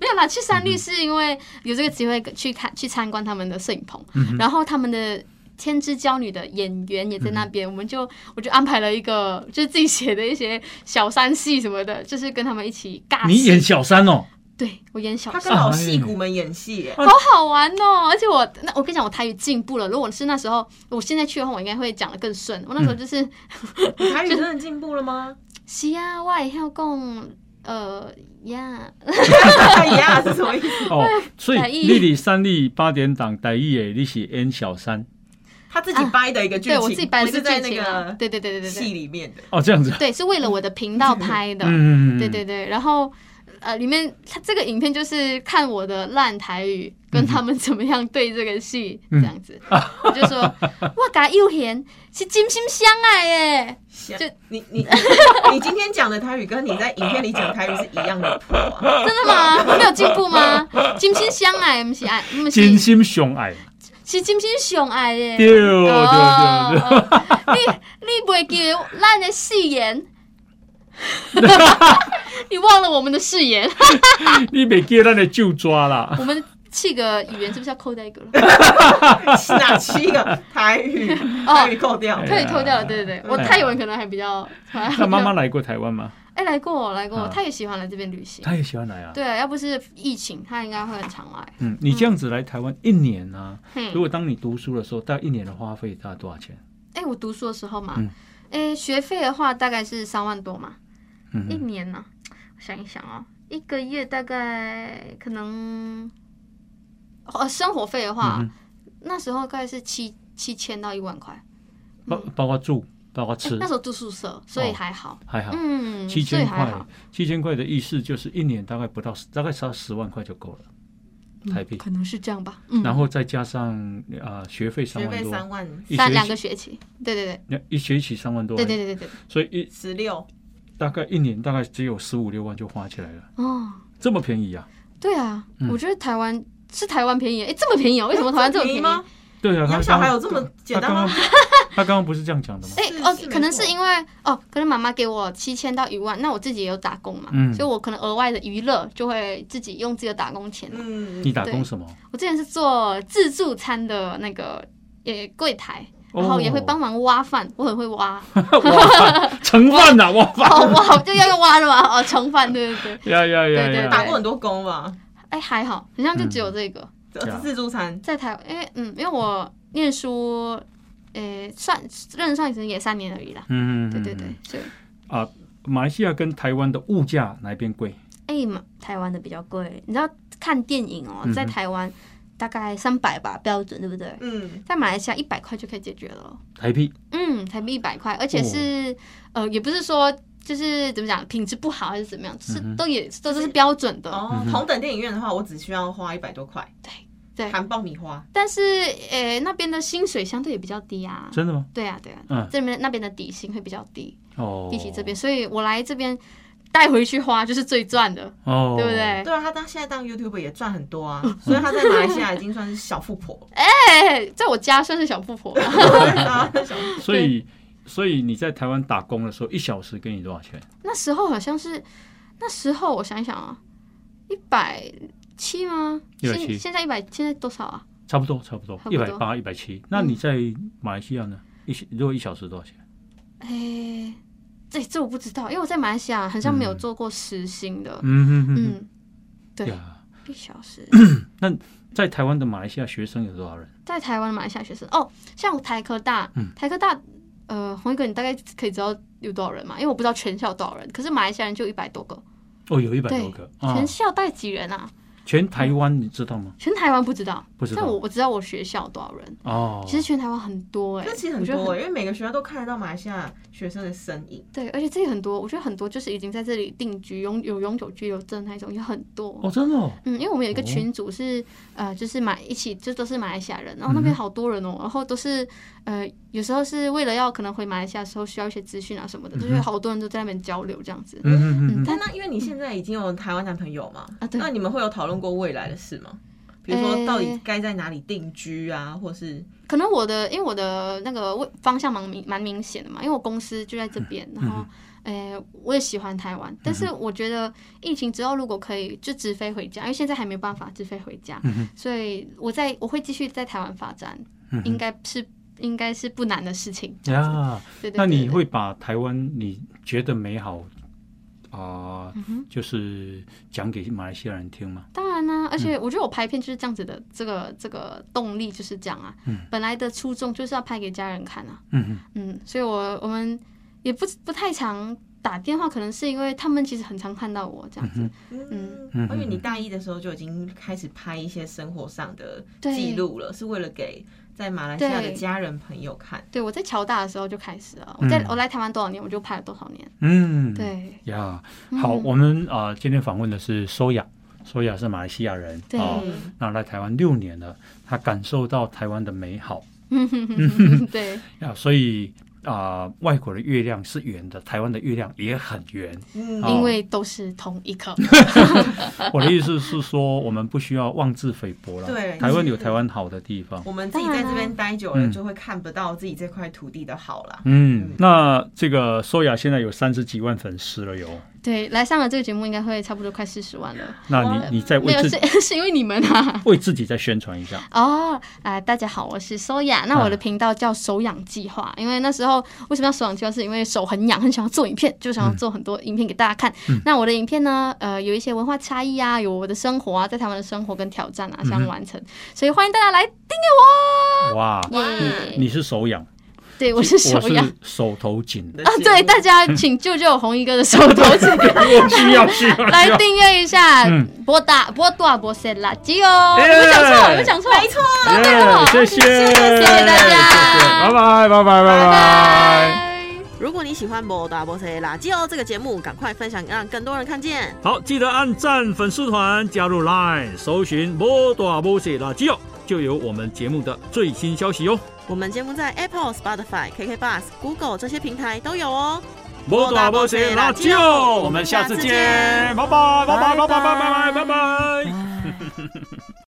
S2: 没有啦。去三律是因为有这个机会去看去参观他们的摄影棚，
S3: 嗯
S2: 然后他们的。天之娇女的演员也在那边，我们就我就安排了一个，就是自己写的一些小三戏什么的，就是跟他们一起尬戏。
S1: 你演小三哦，
S2: 对我演小
S3: 他
S2: 三，
S3: 跟老戏骨们演戏耶，
S2: 好好玩哦！而且我那我跟你讲，我台语进步了。如果是那时候，我现在去的话，我应该会讲的更顺。我那时
S3: 嗯
S2: 候就是、
S3: 你台语真的进步了 吗？
S2: 是啊，我也要讲呃呀，
S3: 哎呀是什么意思？
S1: 哦，所以
S2: 哎台语
S1: 丽丽三立八点档台语的你是演小三
S3: 他自己掰的一个剧
S2: 啊对
S3: 情，
S2: 我自己掰的
S3: 不是
S2: 是
S3: 在
S2: 剧
S3: 那
S2: 情啊，
S3: 个
S2: 对对对对对对
S3: 戏。里面的。
S1: 哦，这样子啊，
S2: 对，是为了我的频道拍的，
S1: 嗯，嗯嗯
S2: 对对对。然后呃，里面它这个影片就是看我的烂台语跟他们怎么样对这个戏、
S1: 嗯
S2: 这样子，我就说我嘎又贤是真心相爱耶，就
S3: 你 你你今天讲的台语跟你在影片里讲的台语是一样的破 啊！
S2: 真的吗？没有进步吗？真心相爱不是爱，不
S1: 真
S2: 是
S1: 心相爱，
S2: 是真心相爱耶。
S1: 对对对对，
S2: 哦，哦你你不会给烂的誓言， 你忘了我们的誓言。
S1: 你别给咱的就抓啦，
S2: 我们七个语言是不是要扣掉一个
S1: 啊
S2: 了？
S3: 是哪七个台语？
S2: 哦
S3: 台语扣掉
S1: 哎，
S2: 特意偷掉了，对对对，我
S1: 哎呀
S2: 泰文可能还比较。
S1: 那妈妈来过台湾吗？
S2: 哎来过来过，
S1: 啊
S2: 她也喜欢来这边旅行。
S1: 她也喜欢来啊。
S2: 对，要不是疫情，她应该会很常来。
S1: 嗯，你这样子来台湾一年啊，
S2: 嗯
S1: 如果当你读书的时候，大概一年的花费大概多少钱？
S2: 哎，我读书的时候嘛
S1: 嗯，
S2: 哎，学费的话大概是三万多嘛，
S1: 嗯
S2: 一
S1: 哼，
S2: 年呢，我想一想哦，一个月大概可能，呃，生活费的话
S1: 嗯，
S2: 那时候大概是七七千到一万块。哎
S1: 包包括住包括吃
S2: 那时候住宿舍，所以还好。
S1: 还好，
S2: 嗯，
S1: 哦七
S2: 所以
S1: 千
S2: 还
S1: 块
S2: 好，，
S1: 七千块的意思就是一年大概不到，大概只要十万块就够了，台币
S2: 嗯可能是这样吧。嗯，
S1: 然后再加上啊、呃学费三
S3: 学
S1: 万
S3: 费
S1: 多，
S3: 三万
S1: 一
S2: 三
S1: 学
S2: 两
S1: 期
S2: 个学期，对对对
S1: 那一学期三万多而
S2: 对
S1: 已，
S2: 对对对对，
S1: 所以一
S3: 十六，
S1: 大概一年大概只有十五六万就花起来了，
S2: 哦，
S1: 这么便宜啊？
S2: 对啊，
S1: 嗯
S2: 我觉得台湾是台湾便宜，哎，这么 便宜啊？为什么台湾这么便宜？
S3: 吗？
S1: 对啊，他
S3: 养小孩
S1: 刚
S3: 有这么简
S1: 他刚
S3: 单
S1: 刚
S3: 吗？
S1: 他刚刚不是这样讲的 吗？
S2: 哎、
S3: 是
S2: 哦
S3: 是，没
S2: 可能
S3: 错
S2: 是因为哦，可能妈妈给我七千到一万，那我自己也有打工嘛，
S1: 嗯
S2: 所以我可能额外的娱乐就会自己用自己的打工钱。
S3: 嗯
S1: 你，打工什么？
S2: 我之前是做自助餐的那个也柜台，
S1: 哦
S2: 然后也会帮忙挖饭，我很会 挖，
S1: 哇饭，盛饭呐，哇饭，
S2: 哦挖就要用挖的嘛，哦盛饭，对对对，
S1: 呀呀呀
S2: 对对
S3: 打
S1: 呀！
S3: 过很多工吧？
S2: 哎、还好，好像就只有这个、
S1: 对啊
S3: 自助餐，
S2: 在台，因为嗯，因为我念书，诶、算认上可能也三年而已啦，
S1: 嗯，嗯
S2: 对对。对
S1: 嗯，
S2: 所以
S1: 马来西亚跟台湾的物价哪一边贵？
S2: 哎嘛，台湾的比较贵。你知道看电影哦
S1: 嗯哼，
S2: 在台湾大概三百吧标准，对不对？
S3: 嗯，
S2: 在马来西亚一百块就可以解决了，
S1: 台币？
S2: 嗯，台币一百块，而且是、
S1: 哦
S2: 呃，也不是说就是怎么讲品质不好还是怎么样，是
S1: 嗯哼
S2: 都也都是标准的。
S3: 哦
S1: 嗯，哼
S3: 同等电影院的话，我只需要花一百多块，
S2: 对，
S3: 含爆米花，
S2: 但是呃那边的薪水相对也比较低啊。
S1: 真的吗？
S2: 对啊，对啊，
S1: 嗯
S2: 这边那边的底薪会比较低，
S1: 哦，
S2: 比起这边，所以我来这边带回去花就是最赚的，
S1: 哦，
S2: 对不？对？
S3: 对啊，他当现在当 YouTube 也赚很多啊，所以他在马来西亚已经算是小富婆，
S2: 哎，在我家算是小富婆吧。
S3: 对啊，小富
S1: 所以，所以你在台湾打工的时候，一小时给你多少钱？
S2: 那时候好像是，那时候我想一想啊，一百七吗？
S1: 170
S2: 现现在一百，现在多少啊？
S1: 差不多，差不多
S2: 差，不
S1: 一
S2: 多
S1: 百八、一百七。那你在马来西亚呢？一小如果一小时多少钱？
S2: 哎、这这我不知道，因为我在马来西亚好像没有做过时薪的。
S1: 嗯哼
S2: 嗯
S1: 哼
S2: 对，
S1: 呀，
S2: 一 小时。
S1: 在台湾的马来西亚学生有多少人？
S2: 在台湾的马来西亚学生哦，像台科大，
S1: 嗯
S2: 台科大，呃，红一哥，你大概可以知道有多少人嘛？因为我不知道全校多少人，可是马来西亚人就一百多个，
S1: 哦，有一百
S2: 对
S1: 多个啊
S2: 全！校带几人啊？
S1: 全台湾你知道吗？
S2: 全台湾不知道，
S1: 不知道
S2: 但我我知道我学校多少人，
S1: 哦，
S2: 其实全台湾很多哎、
S3: 那其实
S2: 我
S3: 很
S2: 觉得很
S3: 多、欸，因为每个学校都看得到马来西亚学生的身影。
S2: 对，而且这里很多，我觉得很多就是已经在这里定居、永有永久居留证那一种也很多。
S1: 哦，真的哦，
S2: 嗯，因为我们有一个
S1: 哦
S2: 群组是、呃，就是马一起，就都是马来西亚人，然
S1: 嗯
S2: 后那边好多人哦，然后都是呃，有时候是为了要可能回马来西亚的时候需要一些资讯啊什么的，就是好多人都在那边交流这样子。
S1: 嗯嗯嗯
S2: 嗯，
S1: 嗯，
S2: 但
S3: 但那因为你现在已经有台湾男朋友嘛，
S2: 啊对
S3: 那你们会有讨论过未来的事吗？比如说
S2: 诶
S3: 到底该在哪里定居啊，或是
S2: 可能我的因为我的那个位方向蛮明蛮明显的嘛，因为我公司就在这边，然
S1: 嗯
S2: 后诶、呃我也喜欢台湾，但是我觉得疫情之后如果可以就直飞回家，因为现在还没有办法直飞回家，
S1: 嗯哼
S2: 所以我在我会继续在台湾发展，
S1: 嗯哼
S2: 应该是应该是不难的事 情。这样子
S1: 呀，
S2: 嗯对对对
S1: 那你
S2: 对
S1: 会把台湾你觉得美好啊，
S2: 嗯
S1: 就是讲给马来西亚人听吗？
S2: 当然啊啦、而且我觉得我拍片就是这样子的，这个这个动力就是这样啊。
S1: 嗯
S2: 本来的初衷就是要拍给家人看啊。
S1: 嗯哼，
S2: 嗯，所以我我们也不不太常打电话，可能是因为他们其实很常看到我这样子。
S3: 嗯
S2: 嗯，
S1: 嗯
S3: 因为你大一的时候就已经开始拍一些生活上的
S2: 对
S3: 记录了，是为了给在马来西亚的
S2: 对
S3: 家人朋友看。
S2: 对，我在侨大的时候就开始了。我在、
S1: 嗯
S2: 我来台湾多少年，我就拍了多少年。
S1: 嗯，。
S2: 对，嗯
S1: 呀好，我们啊、呃今天访问的是收雅，收雅是马来西亚人
S2: 对
S1: 哦，那来台湾六年了，他感受到台湾的美好
S2: 嗯 对，
S1: 呀，所以啊、呃外国的月亮是圆的，台湾的月亮也很圆。
S3: 嗯，
S1: 哦好
S2: 因为都是同一颗。
S1: 我的意思是说，我们不需要妄自菲薄了。
S3: 对
S1: 台湾有台湾好的嗯地方。
S3: 我们自己在这边待久
S1: 当然
S3: 了，
S1: 啦
S3: 就会看不到自己这块土地的好啦。
S1: 嗯，那这个收雅现在有三十几万粉丝了哟，
S2: 对，来上了这个节目，应该会差不多快四十万了。
S1: 那你你再
S2: 没
S1: 为
S2: 有
S1: 自
S2: 是 是因为你们啊。
S1: 为自己再宣传一下。
S2: 哦，啊、大家好，我是收雅。那我的频道叫手痒计划，因为那时候为什么要手痒计划，是因为手很痒，很想要做影片，就想要做很多影片给大家看。那我的影片呢，呃，有一些文化差异啊，有我的生活啊，在台湾的生活跟挑战啊，想完成，所以欢迎大家来订阅
S1: 哇，
S2: 我。耶、
S1: 你是手痒，
S2: 对，我是手
S1: 我
S2: 痒
S1: 是手头 紧，
S2: 啊，对，大家请救救红衣哥的手头紧，
S1: 我需要需要需要
S2: 来订阅一下
S1: 嗯
S2: 波大波大波塞拉基哦，
S1: 耶
S2: 有没有讲错？有没有讲错？没错，
S1: 耶，谢谢，谢
S2: 谢谢大家
S1: 谢拜拜，拜拜，拜拜。
S2: 拜。
S3: 如果你喜欢《波大波塞垃圾哦》这个节目，赶快分享，让更多人看见。
S1: 好，记得按赞粉丝团，加入 Line，搜寻“摩大摩西垃圾哦”，就有我们节目的最新消息哦。
S3: 我们节目在 Apple、Spotify、KK Bus、Google 这些平台都有哦。
S1: 摩大摩西垃圾哦，我们下次见，拜拜拜拜拜拜拜拜拜拜。